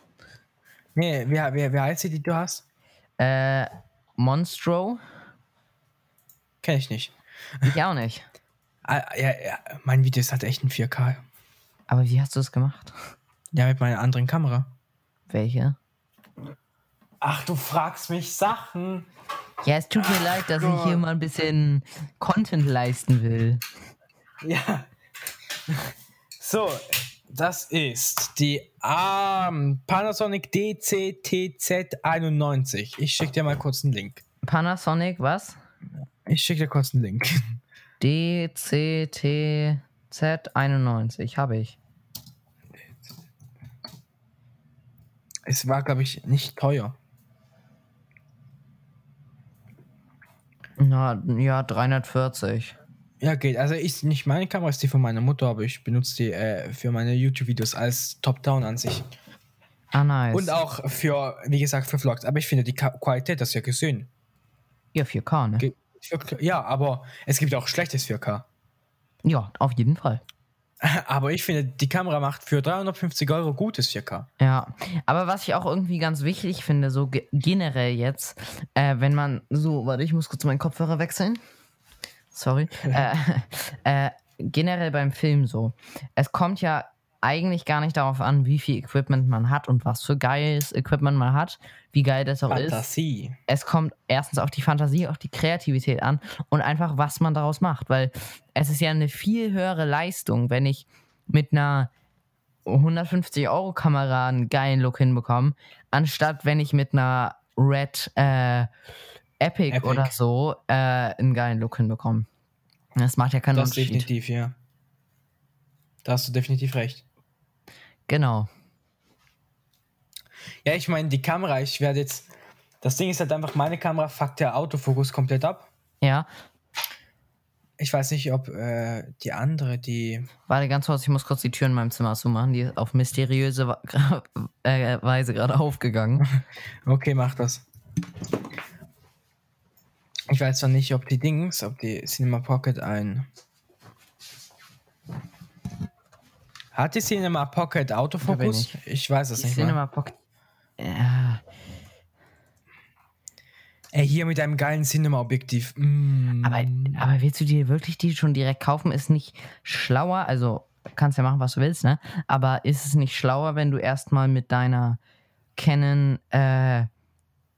Speaker 2: Nee, wie, wie, wie heißt sie, die du hast?
Speaker 1: Äh, Monstro?
Speaker 2: Kenn ich nicht.
Speaker 1: Ich auch nicht.
Speaker 2: Ah, ja, ja, mein Video ist halt echt ein 4K.
Speaker 1: Aber wie hast du es gemacht?
Speaker 2: Ja, mit meiner anderen Kamera.
Speaker 1: Welche?
Speaker 2: Ach, du fragst mich Sachen.
Speaker 1: Ja, es tut mir leid, dass ich hier
Speaker 2: Gott.
Speaker 1: mal ein bisschen Content leisten will.
Speaker 2: Ja. So, das ist die ähm, Panasonic DCTZ91. Ich schicke dir mal kurz einen Link.
Speaker 1: Panasonic, was?
Speaker 2: Ich schicke dir kurz einen Link.
Speaker 1: DCTZ91, habe ich.
Speaker 2: Es war, glaube ich, nicht teuer.
Speaker 1: Na, ja, 340.
Speaker 2: Ja, geht. Also ist nicht meine Kamera, ist die von meiner Mutter, aber ich benutze die äh, für meine YouTube-Videos als Top-Down-Ansicht.
Speaker 1: Ah, nice.
Speaker 2: Und auch für, wie gesagt, für Vlogs. Aber ich finde die Ka Qualität, das ist ja gesehen.
Speaker 1: ja, 4K, ne?
Speaker 2: Ge- für- Ja, aber es gibt auch schlechtes 4K.
Speaker 1: Ja, auf jeden Fall.
Speaker 2: Aber ich finde, die Kamera macht für 350 Euro gutes 4K.
Speaker 1: Ja, aber was ich auch irgendwie ganz wichtig finde, so ge generell jetzt, äh, wenn man so, warte, ich muss kurz meinen Kopfhörer wechseln. Sorry. äh, äh, generell beim Film so. Es kommt ja eigentlich gar nicht darauf an, wie viel Equipment man hat und was für geiles Equipment man hat, wie geil das auch ist.
Speaker 2: Fantasie.
Speaker 1: es kommt erstens auf die Fantasie, auf die Kreativität an und einfach, was man daraus macht. Weil es ist ja eine viel höhere Leistung, wenn ich mit einer 150-Euro-Kamera einen geilen Look hinbekomme, anstatt wenn ich mit einer Red äh, Epic,
Speaker 2: Epic.
Speaker 1: oder so äh, einen geilen Look hinbekomme. Das macht ja keinen
Speaker 2: Das
Speaker 1: Unterschied.
Speaker 2: definitiv, ja. Da hast du definitiv recht.
Speaker 1: Genau.
Speaker 2: Ja, ich meine, die Kamera, ich werde jetzt. Das Ding ist halt einfach, meine Kamera fuckt der Autofokus komplett ab.
Speaker 1: Ja.
Speaker 2: Ich weiß nicht, ob äh, die andere, die.
Speaker 1: Warte ganz kurz, ich muss kurz die Tür in meinem Zimmer zumachen. Die ist auf mysteriöse Wa- äh, Weise gerade aufgegangen.
Speaker 2: Okay, mach das. Ich weiß zwar nicht, ob die Dings, ob die Cinema Pocket ein. Hat die Cinema Pocket Autofokus?
Speaker 1: Da
Speaker 2: Ich. weiß es
Speaker 1: Die
Speaker 2: nicht. Mehr.
Speaker 1: Cinema Pocket. Ja.
Speaker 2: Ey, hier mit einem geilen Cinema-Objektiv. Mm.
Speaker 1: Aber, aber willst du dir wirklich die schon direkt kaufen? Ist nicht schlauer, also kannst ja machen, was du willst, ne? Aber ist es nicht schlauer, wenn du erstmal mit deiner Canon äh,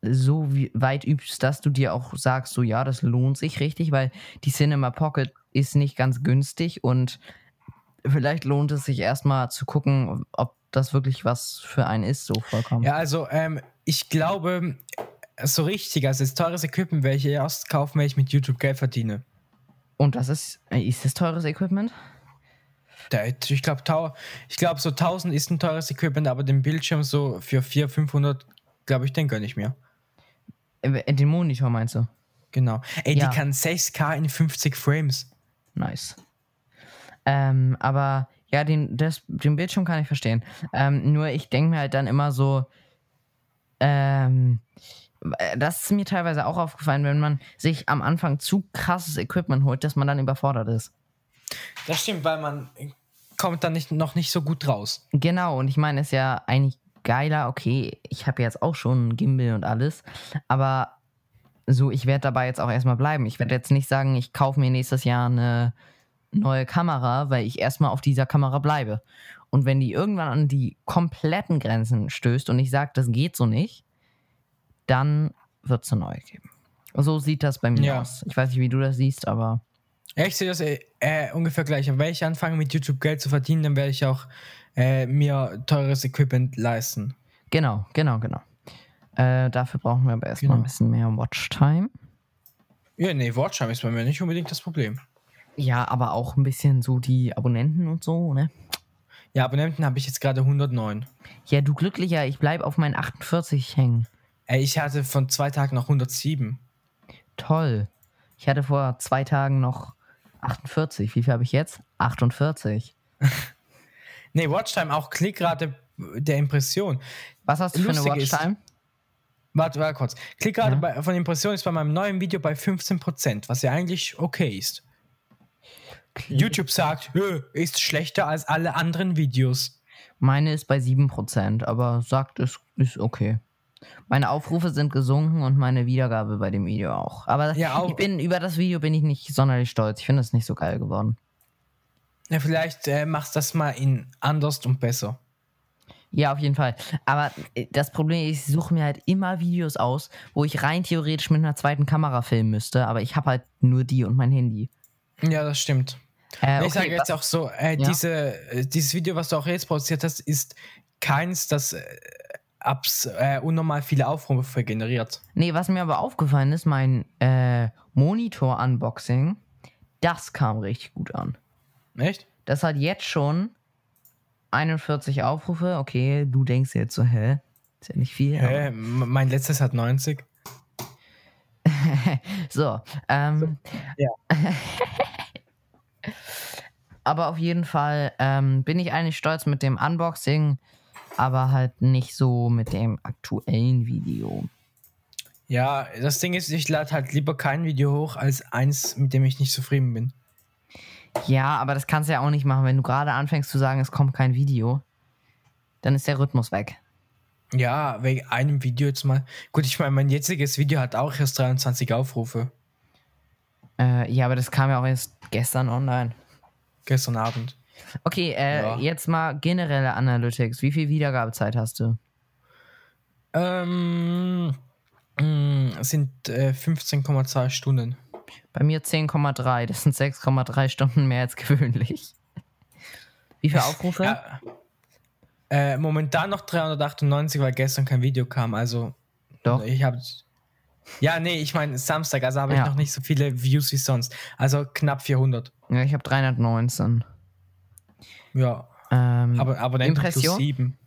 Speaker 1: so wie, weit übst, dass du dir auch sagst, so ja, das lohnt sich richtig, weil die Cinema Pocket ist nicht ganz günstig und vielleicht lohnt es sich erstmal zu gucken, ob das wirklich was für einen ist, so vollkommen.
Speaker 2: Ja, also ähm, ich glaube, so richtig, also das teures Equipment werde ich erst kaufen, wenn ich mit YouTube Geld verdiene.
Speaker 1: Und das ist, äh, ist das teures Equipment?
Speaker 2: Da, ich glaube, ich glaub, so 1000 ist ein teures Equipment, aber den Bildschirm so für 400, 500, glaube ich, den gönne ich mir.
Speaker 1: Äh, Den Monitor meinst du?
Speaker 2: Genau. Ey,
Speaker 1: Ja.
Speaker 2: die kann 6K in 50 Frames.
Speaker 1: Nice. Ähm, aber ja, den, das, den Bildschirm kann ich verstehen. Ähm, nur ich denke mir halt dann immer so, ähm, das ist mir teilweise auch aufgefallen, wenn man sich am Anfang zu krasses Equipment holt, dass man dann überfordert ist.
Speaker 2: Das stimmt, weil man kommt dann nicht, noch nicht so gut raus.
Speaker 1: Genau, und ich meine, ist ja eigentlich geiler, okay, ich habe jetzt auch schon einen Gimbal und alles, aber so, ich werde dabei jetzt auch erstmal bleiben. Ich werde jetzt nicht sagen, ich kaufe mir nächstes Jahr eine neue Kamera, weil ich erstmal auf dieser Kamera bleibe. Und wenn die irgendwann an die kompletten Grenzen stößt und ich sage, das geht so nicht, dann wird es eine neue geben. So sieht das bei mir
Speaker 2: Ja.
Speaker 1: aus. Ich weiß nicht, wie du das siehst, aber
Speaker 2: Ja, ich sehe das äh, äh, ungefähr gleich. Aber Wenn ich anfange, mit YouTube Geld zu verdienen, dann werde ich auch äh, mir teures Equipment leisten.
Speaker 1: genau, genau, genau. Äh, dafür brauchen wir aber erstmal
Speaker 2: Genau.
Speaker 1: ein bisschen mehr Watchtime.
Speaker 2: Ja, nee, Watchtime ist bei mir nicht unbedingt das Problem.
Speaker 1: Ja, aber auch ein bisschen so die Abonnenten und so, ne?
Speaker 2: Ja, Abonnenten habe ich jetzt gerade 109.
Speaker 1: Ja, du glücklicher, ich bleib auf meinen 48 hängen.
Speaker 2: Ey, ich hatte von zwei Tagen noch 107.
Speaker 1: Toll. Ich hatte vor zwei Tagen noch 48. Wie viel habe ich jetzt? 48.
Speaker 2: Nee, Watchtime, auch Klickrate der Impression.
Speaker 1: Was hast du für eine
Speaker 2: Lustig ist-
Speaker 1: Watchtime?
Speaker 2: Warte, warte kurz. Klickrate
Speaker 1: Ja.
Speaker 2: bei, von Impression ist bei meinem neuen Video bei 15%, was ja eigentlich okay ist. YouTube sagt, "Ö, ist schlechter als alle anderen Videos.
Speaker 1: Meine ist bei 7%, aber sagt, es ist okay. Meine Aufrufe sind gesunken und meine Wiedergabe bei dem Video auch. Aber
Speaker 2: Ja, auch-
Speaker 1: ich bin über das Video bin ich nicht sonderlich stolz. Ich finde es nicht so geil geworden.
Speaker 2: Ja, vielleicht äh, machst das mal in anders und besser.
Speaker 1: Ja, auf jeden Fall. Aber äh, das Problem ist, ich suche mir halt immer Videos aus, wo ich rein theoretisch mit einer zweiten Kamera filmen müsste, aber ich habe halt nur die und mein Handy.
Speaker 2: Ja, das stimmt.
Speaker 1: Äh,
Speaker 2: ich sage jetzt
Speaker 1: was-
Speaker 2: auch so, äh,
Speaker 1: Ja.
Speaker 2: diese, äh, dieses Video, was du auch jetzt produziert hast, ist keins, das äh, abs, äh, unnormal viele Aufrufe generiert.
Speaker 1: Nee, was mir aber aufgefallen ist, mein äh, Monitor-Unboxing, das kam richtig gut an.
Speaker 2: Echt?
Speaker 1: Das hat jetzt schon 41 Aufrufe. Okay, du denkst jetzt so, hä? Ist ja nicht viel.
Speaker 2: Äh, m- mein letztes hat 90.
Speaker 1: aber- So. Ähm,
Speaker 2: ja.
Speaker 1: aber auf jeden Fall ähm, bin ich eigentlich stolz mit dem Unboxing, aber halt nicht so mit dem aktuellen Video.
Speaker 2: Ja, das Ding ist, ich lade halt lieber kein Video hoch als eins, mit dem ich nicht zufrieden bin.
Speaker 1: Ja, aber das kannst du ja auch nicht machen. Wenn du gerade anfängst zu sagen, es kommt kein Video, dann ist der Rhythmus weg.
Speaker 2: Ja, wegen einem Video jetzt mal. Gut, ich meine, mein jetziges Video hat auch erst 23 Aufrufe.
Speaker 1: Äh, ja, aber das kam ja auch erst gestern online.
Speaker 2: Gestern Abend.
Speaker 1: Okay, äh,
Speaker 2: Ja.
Speaker 1: jetzt mal generelle Analytics. Wie viel Wiedergabezeit hast du?
Speaker 2: Ähm, mh, es sind äh, 15,2 Stunden.
Speaker 1: Bei mir 10,3. Das sind 6,3 Stunden mehr als gewöhnlich. Wie viele Aufrufe?
Speaker 2: Ja. Äh, momentan noch 398, weil gestern kein Video kam. Also,
Speaker 1: Doch.
Speaker 2: ich habe. Ja, nee, ich meine Samstag, also habe
Speaker 1: Ja.
Speaker 2: ich noch nicht so viele Views wie sonst. Also knapp 400.
Speaker 1: Ja, ich habe 319.
Speaker 2: Ja,
Speaker 1: Ähm,
Speaker 2: aber Abonnenten
Speaker 1: Impression?
Speaker 2: plus 7.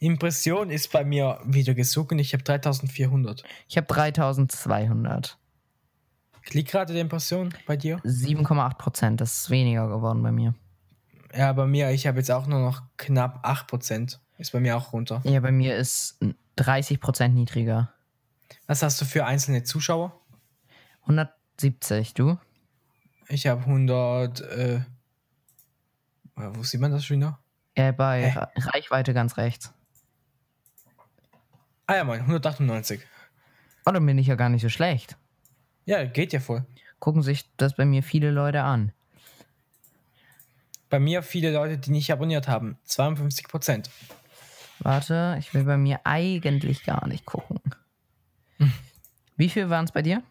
Speaker 2: Impression ist bei mir wieder gesunken. Ich habe 3400.
Speaker 1: ich habe 3200.
Speaker 2: Klickrate der Impression bei dir?
Speaker 1: 7,8 Prozent. Das ist weniger geworden bei mir.
Speaker 2: Ja, bei mir, ich habe jetzt auch nur noch knapp 8%. Ist bei mir auch runter.
Speaker 1: Ja, bei mir ist 30 Prozent niedriger.
Speaker 2: Was hast du für einzelne Zuschauer?
Speaker 1: 170, du?
Speaker 2: Ich habe 100. Äh, äh, wo sieht man das schon wieder?
Speaker 1: Äh, bei
Speaker 2: Hä?
Speaker 1: Ra- Reichweite ganz rechts.
Speaker 2: Ah ja, moin, 198.
Speaker 1: Oh, dann bin ich ja gar nicht so schlecht.
Speaker 2: Ja, geht ja voll.
Speaker 1: Gucken sich das bei mir viele Leute an.
Speaker 2: Bei mir viele Leute, die nicht abonniert haben. 52%.
Speaker 1: Warte, ich will bei mir eigentlich gar nicht gucken.
Speaker 2: Hm.
Speaker 1: Wie viel waren es bei dir?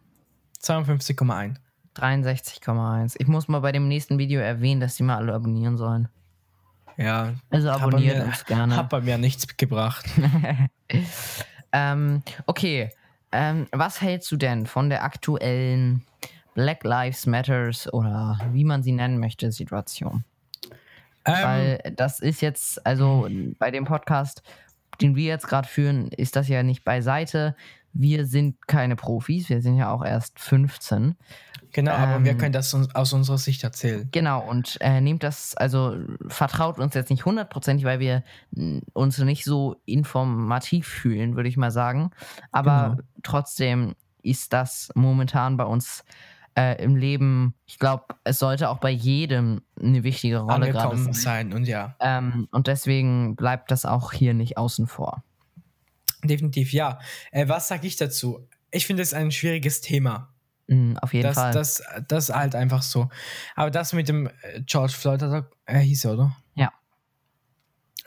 Speaker 2: 52,1.
Speaker 1: 63,1. Ich muss mal bei dem nächsten Video erwähnen, dass die mal alle abonnieren sollen.
Speaker 2: Ja.
Speaker 1: Also
Speaker 2: hat bei
Speaker 1: abonniert
Speaker 2: mir-
Speaker 1: uns gerne.
Speaker 2: Hat bei mir nichts gebracht.
Speaker 1: Ähm, okay, ähm, was hältst du denn von der aktuellen Black Lives Matters oder wie man sie nennen möchte Situation?
Speaker 2: Ähm,
Speaker 1: Weil das ist jetzt, also bei dem Podcast, den wir jetzt gerade führen, ist das ja nicht beiseite, wir sind keine Profis, wir sind ja auch erst 15.
Speaker 2: Genau, aber wir
Speaker 1: Ähm,
Speaker 2: können das uns- aus unserer Sicht erzählen.
Speaker 1: Genau, und äh, nehmt das, also vertraut uns jetzt nicht hundertprozentig, weil wir mh, uns nicht so informativ fühlen, würde ich mal sagen. Aber
Speaker 2: Genau.
Speaker 1: trotzdem ist das momentan bei uns äh, im Leben, ich glaube, es sollte auch bei jedem eine wichtige Rolle gerade
Speaker 2: Angekommen
Speaker 1: sein.
Speaker 2: sein und ja.
Speaker 1: Ähm, und deswegen bleibt das auch hier nicht außen vor.
Speaker 2: Definitiv, ja. Äh, was sage ich dazu? Ich finde es ein schwieriges Thema.
Speaker 1: Mhm, auf jeden
Speaker 2: Das,
Speaker 1: Fall.
Speaker 2: das, das ist halt einfach so. Aber das mit dem äh, George Floyd, hat er, er hieß er, oder?
Speaker 1: Ja.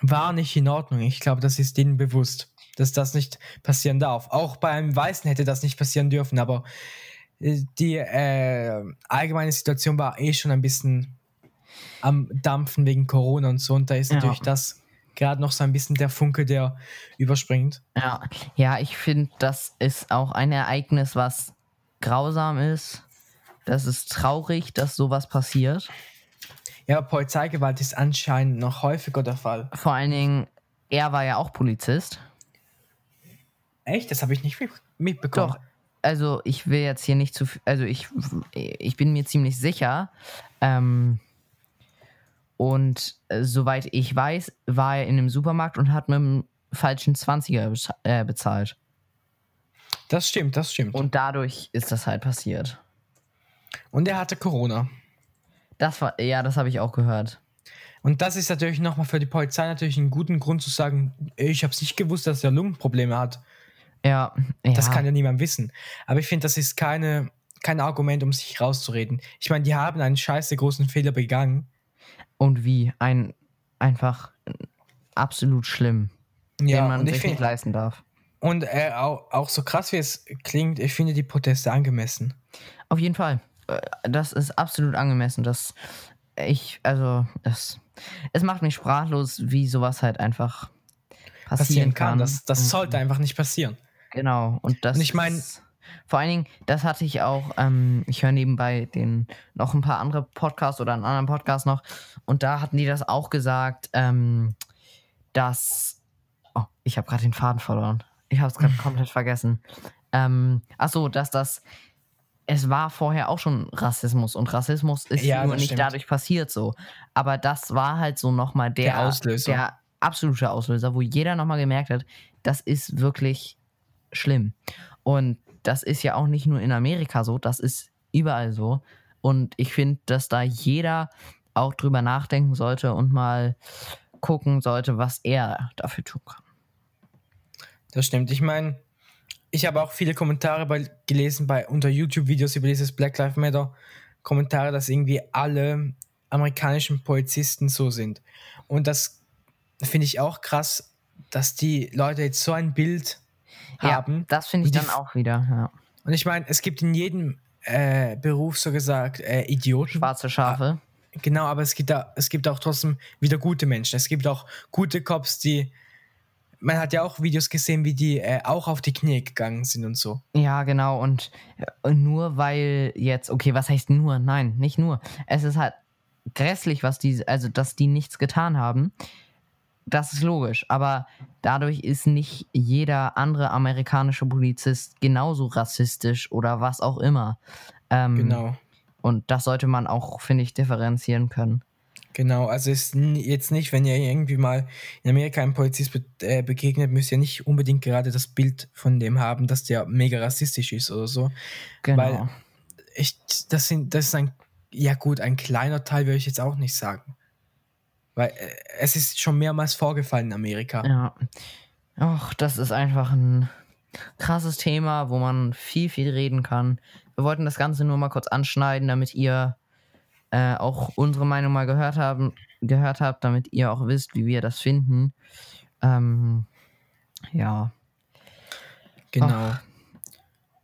Speaker 2: War nicht in Ordnung. Ich glaube, das ist denen bewusst, dass das nicht passieren darf. Auch beim Weißen hätte das nicht passieren dürfen, aber äh, die äh, allgemeine Situation war eh schon ein bisschen am Dampfen wegen Corona und so. Und da ist
Speaker 1: Ja.
Speaker 2: natürlich das gerade noch so ein bisschen der Funke, der überspringt.
Speaker 1: Ja, ja ich finde, das ist auch ein Ereignis, was grausam ist. Das ist traurig, dass sowas passiert.
Speaker 2: Ja, Polizeigewalt ist anscheinend noch häufiger der Fall.
Speaker 1: Vor allen Dingen, er war ja auch Polizist.
Speaker 2: Echt? Das habe ich nicht mit- mitbekommen.
Speaker 1: Doch, also ich will jetzt hier nicht zu viel, also ich, ich bin mir ziemlich sicher. Ähm, und äh, soweit ich weiß, war er in einem Supermarkt und hat mit einem falschen 20er beza- äh, bezahlt.
Speaker 2: Das stimmt, das stimmt. Und,
Speaker 1: Und dadurch ist das halt passiert.
Speaker 2: er hatte Corona.
Speaker 1: Das war, ja, das habe ich auch gehört.
Speaker 2: Und das ist natürlich nochmal für die Polizei natürlich einen guten Grund zu sagen, ich habe es nicht gewusst, dass er Lungenprobleme hat.
Speaker 1: Ja, ja.
Speaker 2: Das kann ja niemand wissen. Aber ich finde, das ist keine, kein Argument, um sich rauszureden. Ich meine, die haben einen scheiße großen Fehler begangen.
Speaker 1: Und wie? Ein einfach äh, absolut schlimm, den man
Speaker 2: und ich
Speaker 1: sich nicht
Speaker 2: finde,
Speaker 1: leisten darf.
Speaker 2: und äh, auch, auch so krass wie es klingt, ich finde die Proteste angemessen.
Speaker 1: Auf jeden Fall. Äh, Das ist absolut angemessen. Das ich, also, das, es macht mich sprachlos, wie sowas halt einfach
Speaker 2: Passieren
Speaker 1: passieren
Speaker 2: kann.
Speaker 1: kann. Mhm.
Speaker 2: Das, das
Speaker 1: Und-
Speaker 2: sollte einfach nicht passieren.
Speaker 1: Genau, und das.
Speaker 2: Und ich mein-
Speaker 1: ist- Vor allen Dingen, das hatte ich auch. Ähm, ich höre nebenbei den noch ein paar andere Podcasts oder einen anderen Podcast noch. Und da hatten die das auch gesagt, ähm, dass. Oh, ich habe gerade den Faden verloren. Ich habe es gerade komplett vergessen. Ähm, ach so, dass das. Es war vorher auch schon Rassismus und Rassismus ist
Speaker 2: Ja,
Speaker 1: nur
Speaker 2: das
Speaker 1: nicht
Speaker 2: stimmt.
Speaker 1: dadurch passiert so. Aber das war halt so nochmal der,
Speaker 2: Der Auslöser.
Speaker 1: Der absolute Auslöser, wo jeder nochmal gemerkt hat, das ist wirklich schlimm. Und das ist ja auch nicht nur in Amerika so, das ist überall so. Und ich finde, dass da jeder auch drüber nachdenken sollte und mal gucken sollte, was er dafür tun kann.
Speaker 2: Das stimmt. Ich meine, ich habe auch viele Kommentare bei, gelesen bei unter YouTube-Videos über dieses Black Lives Matter. Kommentare, dass irgendwie alle amerikanischen Polizisten so sind. Und das finde ich auch krass, dass die Leute jetzt so ein Bild
Speaker 1: Ja,
Speaker 2: haben.
Speaker 1: das finde ich
Speaker 2: Und die
Speaker 1: dann
Speaker 2: F-
Speaker 1: auch wieder. Ja.
Speaker 2: Und ich meine, es gibt in jedem äh, Beruf so gesagt äh, Idioten.
Speaker 1: Schwarze Schafe.
Speaker 2: Genau, aber es gibt, da, es gibt auch trotzdem wieder gute Menschen. Es gibt auch gute Cops, die. Man hat ja auch Videos gesehen, wie die äh, auch auf die Knie gegangen sind und so.
Speaker 1: Ja, genau. Und, und nur weil jetzt, okay, was heißt nur? Nein, nicht nur. Es ist halt grässlich, was die, also dass die nichts getan haben. Das ist logisch. Aber dadurch ist nicht jeder andere amerikanische Polizist genauso rassistisch oder was auch immer. Ähm,
Speaker 2: Genau,
Speaker 1: Und das sollte man auch, finde ich, differenzieren können.
Speaker 2: genau. Also ist n- jetzt nicht, wenn ihr irgendwie mal in Amerika einem Polizist be äh, begegnet, müsst ihr nicht unbedingt gerade das Bild von dem haben, dass der mega rassistisch ist oder so.
Speaker 1: Genau.
Speaker 2: Weil- Ich, das sind, das ist ein, ja gut, ein kleiner Teil würde ich jetzt auch nicht sagen. Weil äh, es ist schon mehrmals vorgefallen in Amerika.
Speaker 1: Ja. Och, das ist einfach ein krasses Thema, wo man viel, viel reden kann. Wir wollten das Ganze nur mal kurz anschneiden, damit ihr äh, auch unsere Meinung mal gehört, haben, gehört habt, damit ihr auch wisst, wie wir das finden. Ähm, ja.
Speaker 2: Genau.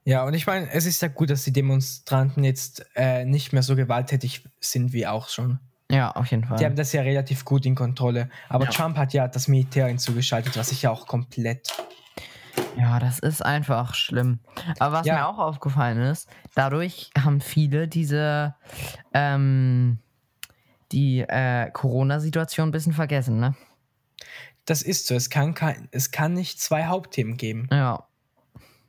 Speaker 2: Ja, und ich meine, es ist ja gut, dass die Demonstranten jetzt äh, nicht mehr so gewalttätig sind wie auch schon.
Speaker 1: Ja, auf jeden Fall.
Speaker 2: Die haben das ja relativ gut in Kontrolle. Aber
Speaker 1: Ja.
Speaker 2: Trump hat ja das Militär hinzugeschaltet, was ich ja auch komplett.
Speaker 1: Ja, das ist einfach schlimm. Aber was
Speaker 2: Ja.
Speaker 1: mir auch aufgefallen ist, dadurch haben viele diese ähm, die äh, Corona-Situation ein bisschen vergessen, ne?
Speaker 2: Das ist so. Es kann, kein, es kann nicht zwei Hauptthemen geben.
Speaker 1: Ja.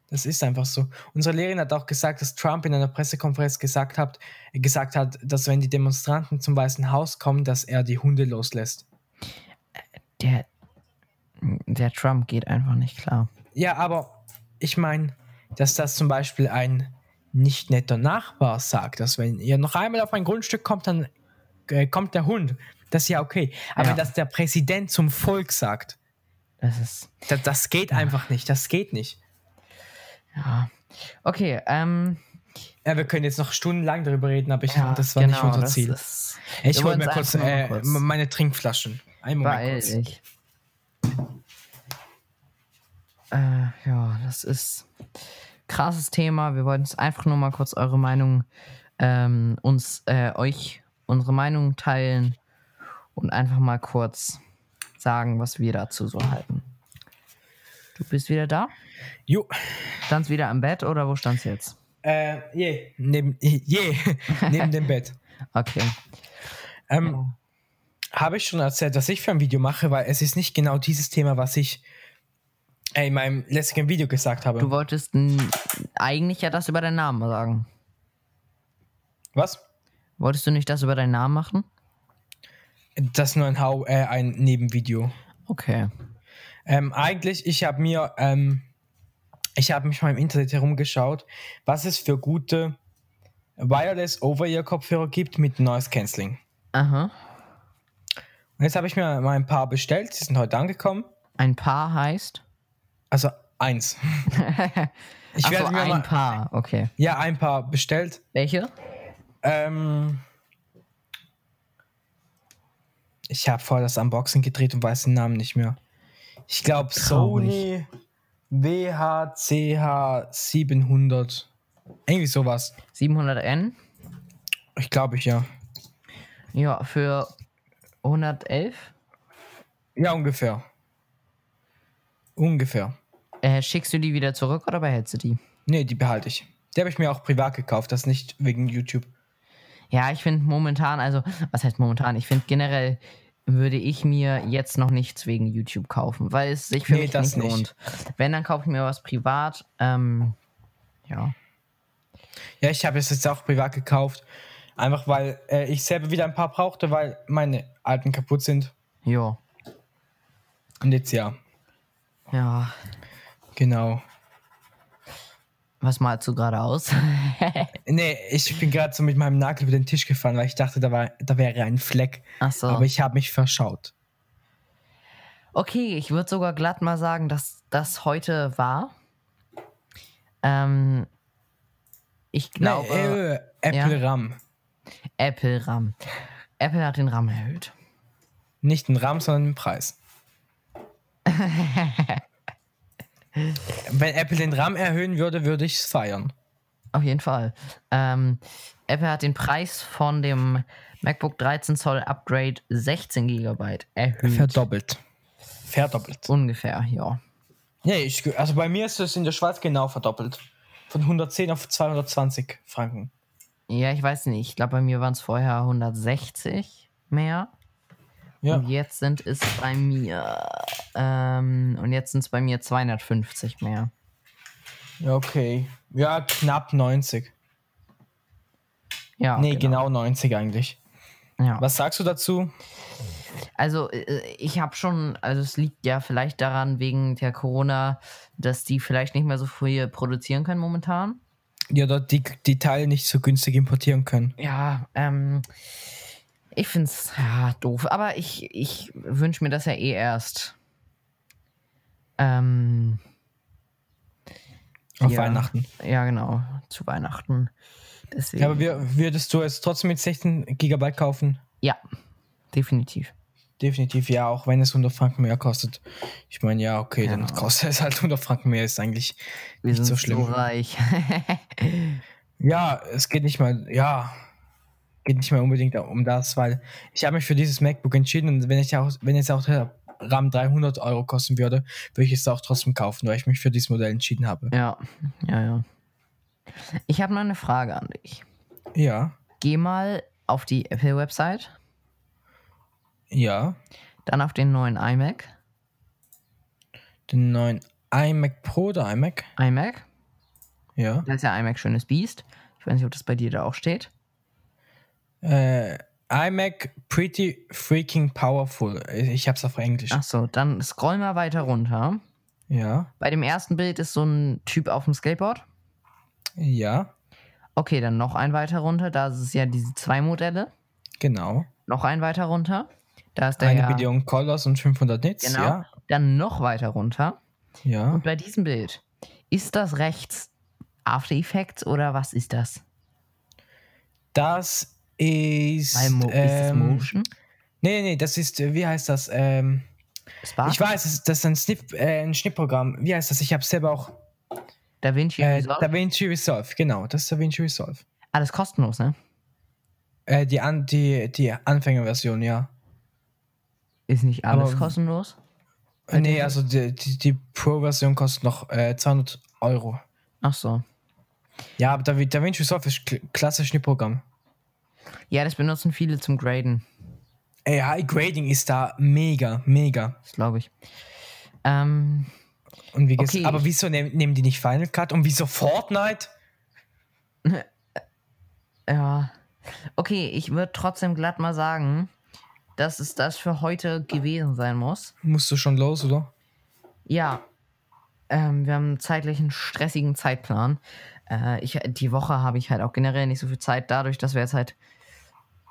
Speaker 2: Das ist einfach so. Unsere Lehrerin hat auch gesagt, dass Trump in einer Pressekonferenz gesagt hat, gesagt hat, dass wenn die Demonstranten zum Weißen Haus kommen, dass er die Hunde loslässt.
Speaker 1: Der, der Trump geht einfach nicht klar.
Speaker 2: Ja, aber ich meine, dass das zum Beispiel ein nicht netter Nachbar sagt, dass wenn ihr noch einmal auf mein Grundstück kommt, dann äh, kommt der Hund. Das ist ja okay. Aber
Speaker 1: Ja.
Speaker 2: dass der Präsident zum Volk sagt,
Speaker 1: Das ist.
Speaker 2: das, das geht einfach nicht. Das geht nicht.
Speaker 1: Ja. Okay, ähm.
Speaker 2: Ja, wir können jetzt noch stundenlang darüber reden, aber ich,
Speaker 1: Ja, genau,
Speaker 2: das war nicht unser Ziel.
Speaker 1: ist-
Speaker 2: ich
Speaker 1: wir
Speaker 2: hole
Speaker 1: wollen
Speaker 2: mir
Speaker 1: es
Speaker 2: kurz,
Speaker 1: einfach nur
Speaker 2: äh,
Speaker 1: kurz-
Speaker 2: m- meine Trinkflaschen. Einen Moment
Speaker 1: Beeil
Speaker 2: kurz.
Speaker 1: dich. Äh, ja, das ist krasses Thema. Wir wollten es einfach nur mal kurz eure Meinung ähm, uns äh, euch unsere Meinung teilen und einfach mal kurz sagen, was wir dazu so halten. Du bist wieder da?
Speaker 2: Jo,
Speaker 1: Standst wieder am Bett oder wo standst du jetzt?
Speaker 2: äh, je, neben, je, neben dem Bett.
Speaker 1: Okay.
Speaker 2: Ähm, Habe ich schon erzählt, was ich für ein Video mache, weil es ist nicht genau dieses Thema, was ich äh, in meinem letzten Video gesagt habe.
Speaker 1: Du wolltest n- eigentlich ja das über deinen Namen sagen.
Speaker 2: was?
Speaker 1: Wolltest du nicht das über deinen Namen machen?
Speaker 2: Das ist nur ein, Hau äh, ein Nebenvideo.
Speaker 1: Okay.
Speaker 2: Ähm, eigentlich, ich habe mir, ähm, ich habe mich mal im Internet herumgeschaut, was es für gute Wireless Over-Ear-Kopfhörer gibt mit Noise Cancelling.
Speaker 1: Aha.
Speaker 2: Und jetzt habe ich mir mal ein paar bestellt, die sind heute angekommen.
Speaker 1: Ein Paar heißt?
Speaker 2: Also eins. ich
Speaker 1: Ach so,
Speaker 2: werde mir
Speaker 1: ein
Speaker 2: mal,
Speaker 1: Paar, okay.
Speaker 2: ja ein paar bestellt.
Speaker 1: Welche?
Speaker 2: Ähm, ich habe vorher das Unboxing gedreht und weiß den Namen nicht mehr. Ich glaube Sony
Speaker 1: Traurig.
Speaker 2: WHCH 700. Irgendwie sowas.
Speaker 1: 700N?
Speaker 2: Ich glaube ich ja.
Speaker 1: Ja, für 111?
Speaker 2: Ja, ungefähr. Ungefähr.
Speaker 1: Äh, schickst du die wieder zurück oder behältst du die?
Speaker 2: Nee, die behalte ich. Die habe ich mir auch privat gekauft, das nicht wegen YouTube.
Speaker 1: Ja, ich finde momentan, also, was heißt momentan? Ich finde generell würde ich mir jetzt noch nichts wegen YouTube kaufen, weil es sich für
Speaker 2: Nee,
Speaker 1: mich
Speaker 2: das
Speaker 1: das nicht
Speaker 2: nicht.
Speaker 1: lohnt. Wenn, dann kaufe ich mir was privat. Ähm, ja.
Speaker 2: Ja, ich habe es jetzt auch privat gekauft. Einfach weil äh, ich selber wieder ein paar brauchte, weil meine alten kaputt sind.
Speaker 1: Jo.
Speaker 2: Und jetzt ja.
Speaker 1: Ja.
Speaker 2: Genau.
Speaker 1: Was malst du gerade aus?
Speaker 2: Nee, ich bin gerade so mit meinem Nagel über den Tisch gefahren, weil ich dachte, da, war, da wäre ein Fleck.
Speaker 1: Ach so.
Speaker 2: Aber ich habe mich verschaut.
Speaker 1: Okay, ich würde sogar glatt mal sagen, dass das heute war. Ähm, ich glaube,
Speaker 2: nee, äh, Apple RAM.
Speaker 1: Apple RAM. Apple hat den RAM erhöht.
Speaker 2: Nicht den RAM, sondern den Preis. Wenn Apple den RAM erhöhen würde, würde ich es feiern.
Speaker 1: Auf jeden Fall. Ähm, Apple hat den Preis von dem MacBook 13 Zoll Upgrade 16 GB erhöht.
Speaker 2: Verdoppelt. Verdoppelt.
Speaker 1: Ungefähr, ja.
Speaker 2: Nee, ich, also bei mir ist es in der Schweiz genau verdoppelt. Von 110 auf 220 Franken.
Speaker 1: Ja, ich weiß nicht. Ich glaube, bei mir waren es vorher 160 mehr.
Speaker 2: Ja.
Speaker 1: Und jetzt sind es bei mir. Ähm, und jetzt sind es bei mir 250 mehr.
Speaker 2: ja, okay. Ja, knapp 90.
Speaker 1: Ja,
Speaker 2: nee, genau. 90 eigentlich.
Speaker 1: Ja.
Speaker 2: Was sagst du dazu?
Speaker 1: Also äh, ich habe schon, also es liegt ja vielleicht daran wegen der Corona, dass die vielleicht nicht mehr so viel produzieren können momentan.
Speaker 2: Ja, dort die, die Teile nicht so günstig importieren können.
Speaker 1: Ja, ähm, ich finde es ja, doof, aber ich, ich wünsche mir das ja eh erst. Ähm,
Speaker 2: Auf
Speaker 1: Ja.
Speaker 2: Weihnachten.
Speaker 1: ja, genau, zu Weihnachten. Deswegen,
Speaker 2: Ja, aber wir, würdest du es trotzdem mit 16 GB kaufen?
Speaker 1: ja, definitiv.
Speaker 2: Definitiv ja, auch wenn es 100 Franken mehr kostet. Ich meine, ja, okay, dann
Speaker 1: Genau.
Speaker 2: kostet es halt 100 Franken mehr, ist eigentlich
Speaker 1: Wir
Speaker 2: nicht
Speaker 1: sind
Speaker 2: so
Speaker 1: so,
Speaker 2: schlimm.
Speaker 1: reich.
Speaker 2: Ja, es geht nicht mal, ja, geht nicht mal unbedingt um das, weil ich habe mich für dieses MacBook entschieden und wenn ich auch, wenn jetzt auch der RAM 300 Euro kosten würde, würde ich es auch trotzdem kaufen, weil ich mich für dieses Modell entschieden habe.
Speaker 1: ja, ja, ja. Ich habe noch eine Frage an dich.
Speaker 2: Ja,
Speaker 1: Geh mal auf die Apple-Website.
Speaker 2: ja.
Speaker 1: Dann auf den neuen iMac.
Speaker 2: Den neuen iMac Pro oder iMac?
Speaker 1: iMac.
Speaker 2: Ja.
Speaker 1: Da ist ja iMac schönes Biest. Ich weiß nicht, ob das bei dir da auch steht.
Speaker 2: Äh, iMac pretty freaking powerful. Ich hab's auf Englisch.
Speaker 1: Achso, dann scroll mal weiter runter.
Speaker 2: Ja.
Speaker 1: Bei dem ersten Bild ist so ein Typ auf dem Skateboard.
Speaker 2: Ja.
Speaker 1: Okay, dann noch ein weiter runter. Da ist es ja diese zwei Modelle.
Speaker 2: Genau.
Speaker 1: Noch ein weiter runter. Da ist der
Speaker 2: Eine
Speaker 1: ja,
Speaker 2: Billion Colors und 500 Nits.
Speaker 1: Genau.
Speaker 2: Ja.
Speaker 1: Dann noch weiter runter.
Speaker 2: Ja.
Speaker 1: Und bei diesem Bild ist das rechts After Effects oder was ist das?
Speaker 2: Das ist.
Speaker 1: Weil Mo ist das
Speaker 2: ähm,
Speaker 1: Motion?
Speaker 2: Nee, nee, das ist, äh, wie heißt das? Ähm,
Speaker 1: Spark?
Speaker 2: ich weiß, es- das ist ein, Snip, äh, ein Schnittprogramm. Wie heißt das? Ich habe selber auch.
Speaker 1: Da Vinci
Speaker 2: Äh,
Speaker 1: Resolve?
Speaker 2: DaVinci Resolve, genau, das ist DaVinci Resolve.
Speaker 1: Alles kostenlos, ne?
Speaker 2: Äh, die, An die, die Anfängerversion, ja.
Speaker 1: Ist nicht alles
Speaker 2: Aber-
Speaker 1: kostenlos?
Speaker 2: nee, also die, die, die Pro-Version kostet noch äh, 200 Euro.
Speaker 1: Ach so.
Speaker 2: Ja, aber Davi- DaVinci Resolve ist kl klassisch Schnittprogramm.
Speaker 1: Ja, das benutzen viele zum Graden,
Speaker 2: AI Grading ist da mega, mega.
Speaker 1: das glaube ich. Ähm,
Speaker 2: Und wie gesagt,
Speaker 1: Okay.
Speaker 2: aber wieso nehm, nehmen die nicht Final Cut und wieso Fortnite?
Speaker 1: ja. Okay, ich würde trotzdem glatt mal sagen, dass es das für heute gewesen sein muss.
Speaker 2: Musst du schon los, oder?
Speaker 1: Ja. Ähm, wir haben einen zeitlichen, stressigen Zeitplan. Äh, ich, die Woche habe ich halt auch generell nicht so viel Zeit, dadurch, dass wir jetzt halt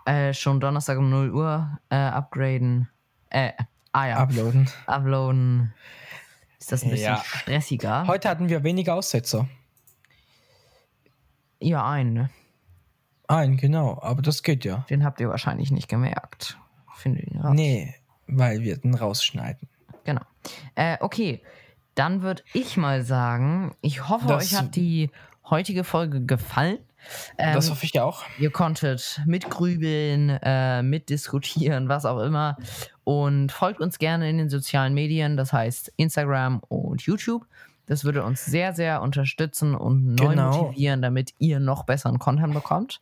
Speaker 1: äh, schon Donnerstag um 0 Uhr äh, upgraden. Äh, ah ja,
Speaker 2: Uploaden.
Speaker 1: uploaden. Ist das ein bisschen
Speaker 2: Ja.
Speaker 1: stressiger?
Speaker 2: Heute hatten wir weniger Aussetzer.
Speaker 1: ja, ein, ne?
Speaker 2: Ein, genau, aber das geht ja.
Speaker 1: Den habt ihr wahrscheinlich nicht gemerkt. Finde ihn raus.
Speaker 2: Nee, weil wir den rausschneiden.
Speaker 1: Genau. Äh, okay, dann würde ich mal sagen, ich hoffe,
Speaker 2: Das-
Speaker 1: euch hat die heutige Folge gefallen. Ähm,
Speaker 2: das hoffe ich ja auch.
Speaker 1: ihr konntet mitgrübeln, äh, mitdiskutieren, was auch immer. Und folgt uns gerne in den sozialen Medien, das heißt Instagram und YouTube. Das würde uns sehr, sehr unterstützen und neu
Speaker 2: Genau.
Speaker 1: motivieren, damit ihr noch besseren Content bekommt.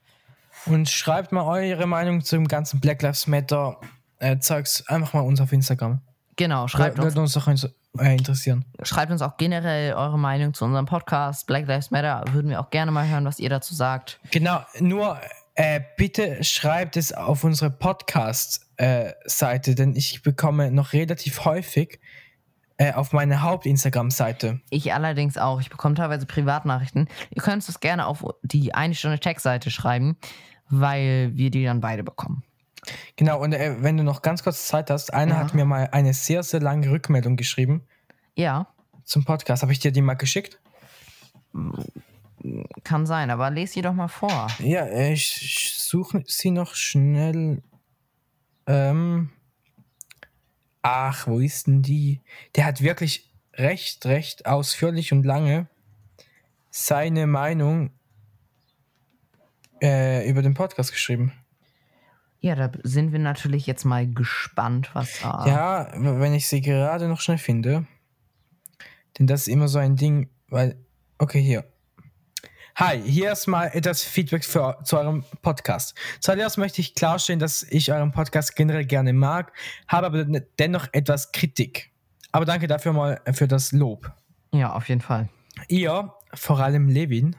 Speaker 2: Und schreibt mal eure Meinung zum ganzen Black Lives Matter. Äh, Zeugs einfach mal uns auf Instagram.
Speaker 1: Genau, schreibt
Speaker 2: Schreibt
Speaker 1: uns
Speaker 2: Würde uns doch ins- äh, interessieren.
Speaker 1: Schreibt uns auch generell eure Meinung zu unserem Podcast Black Lives Matter. Würden wir auch gerne mal hören, was ihr dazu sagt.
Speaker 2: Genau, nur äh, bitte schreibt es auf unsere Podcast-Seite, denn ich bekomme noch relativ häufig äh, auf meine Haupt-Instagram-Seite.
Speaker 1: Ich allerdings auch. Ich bekomme teilweise Privatnachrichten. Ihr könnt es gerne auf die eine Stunde Tech-Seite schreiben, weil wir die dann beide bekommen.
Speaker 2: Genau, und äh, wenn du noch ganz kurz Zeit hast, einer
Speaker 1: Ja.
Speaker 2: hat mir mal eine sehr, sehr lange Rückmeldung geschrieben
Speaker 1: Ja,
Speaker 2: zum Podcast. Habe ich dir die mal geschickt?
Speaker 1: kann sein, aber lest sie doch mal vor.
Speaker 2: Ja, äh, ich ich suche sie noch schnell. Ähm. Ach, wo ist denn die? Der hat wirklich recht, recht ausführlich und lange seine Meinung äh, über den Podcast geschrieben.
Speaker 1: Ja, da sind wir natürlich jetzt mal gespannt, was da.
Speaker 2: Ja, w- wenn ich sie gerade noch schnell finde. Denn das ist immer so ein Ding, weil. Okay, hier. Hi, hier ist mal etwas Feedback für, zu eurem Podcast. Zuallererst möchte ich klarstellen, dass ich euren Podcast generell gerne mag, habe aber den- dennoch etwas Kritik. Aber danke dafür mal für das Lob.
Speaker 1: ja auf jeden Fall.
Speaker 2: Ihr, vor allem Levin,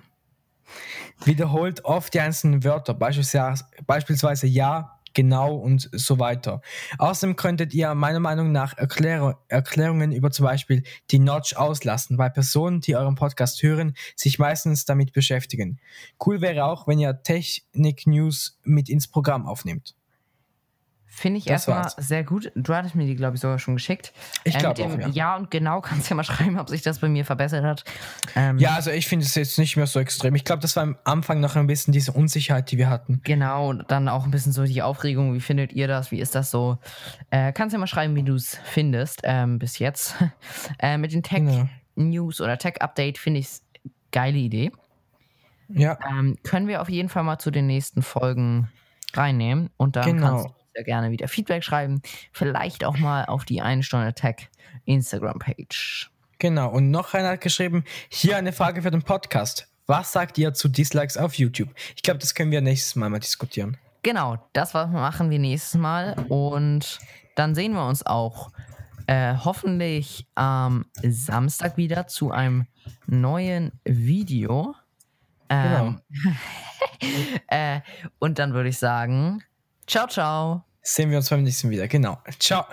Speaker 2: wiederholt oft die einzelnen Wörter, beispielsweise, beispielsweise ja, genau und so weiter. Außerdem könntet ihr meiner Meinung nach Erklär Erklärungen über zum Beispiel die Notch auslassen, weil Personen, die euren Podcast hören, sich meistens damit beschäftigen. Cool wäre auch, wenn ihr Technik-News mit ins Programm aufnehmt.
Speaker 1: Finde ich
Speaker 2: Das
Speaker 1: erstmal
Speaker 2: war's.
Speaker 1: sehr gut. Du hattest mir die, glaube ich, sogar schon geschickt. Äh,
Speaker 2: Ich
Speaker 1: mit
Speaker 2: glaube
Speaker 1: dem
Speaker 2: auch, ja.
Speaker 1: ja. und genau kannst du ja mal schreiben, ob sich das bei mir verbessert hat. Ähm,
Speaker 2: Ja, also ich finde es jetzt nicht mehr so extrem. Ich glaube, das war am Anfang noch ein bisschen diese Unsicherheit, die wir hatten.
Speaker 1: Genau, und dann auch ein bisschen so die Aufregung, wie findet ihr das, wie ist das so? Äh, kannst ja mal schreiben, wie du es findest ähm, bis jetzt. Äh, mit den
Speaker 2: Genau.
Speaker 1: Tech-News oder Tech-Update finde ich es geile Idee.
Speaker 2: Ja.
Speaker 1: Ähm, können wir auf jeden Fall mal zu den nächsten Folgen reinnehmen und dann
Speaker 2: Genau.
Speaker 1: kannst du uns ja gerne wieder Feedback schreiben. Vielleicht auch mal auf die eine Stunde Tech Instagram-Page.
Speaker 2: Genau, und noch einer hat geschrieben, hier eine Frage für den Podcast. Was sagt ihr zu Dislikes auf YouTube? Ich glaube, das können wir nächstes Mal mal diskutieren.
Speaker 1: Genau, das was machen wir nächstes Mal und dann sehen wir uns auch äh, äh, hoffentlich am Samstag wieder zu einem neuen Video. Ähm, äh, und dann würde ich sagen, ciao, ciao.
Speaker 2: Sehen wir uns beim nächsten wieder. Genau. Ciao.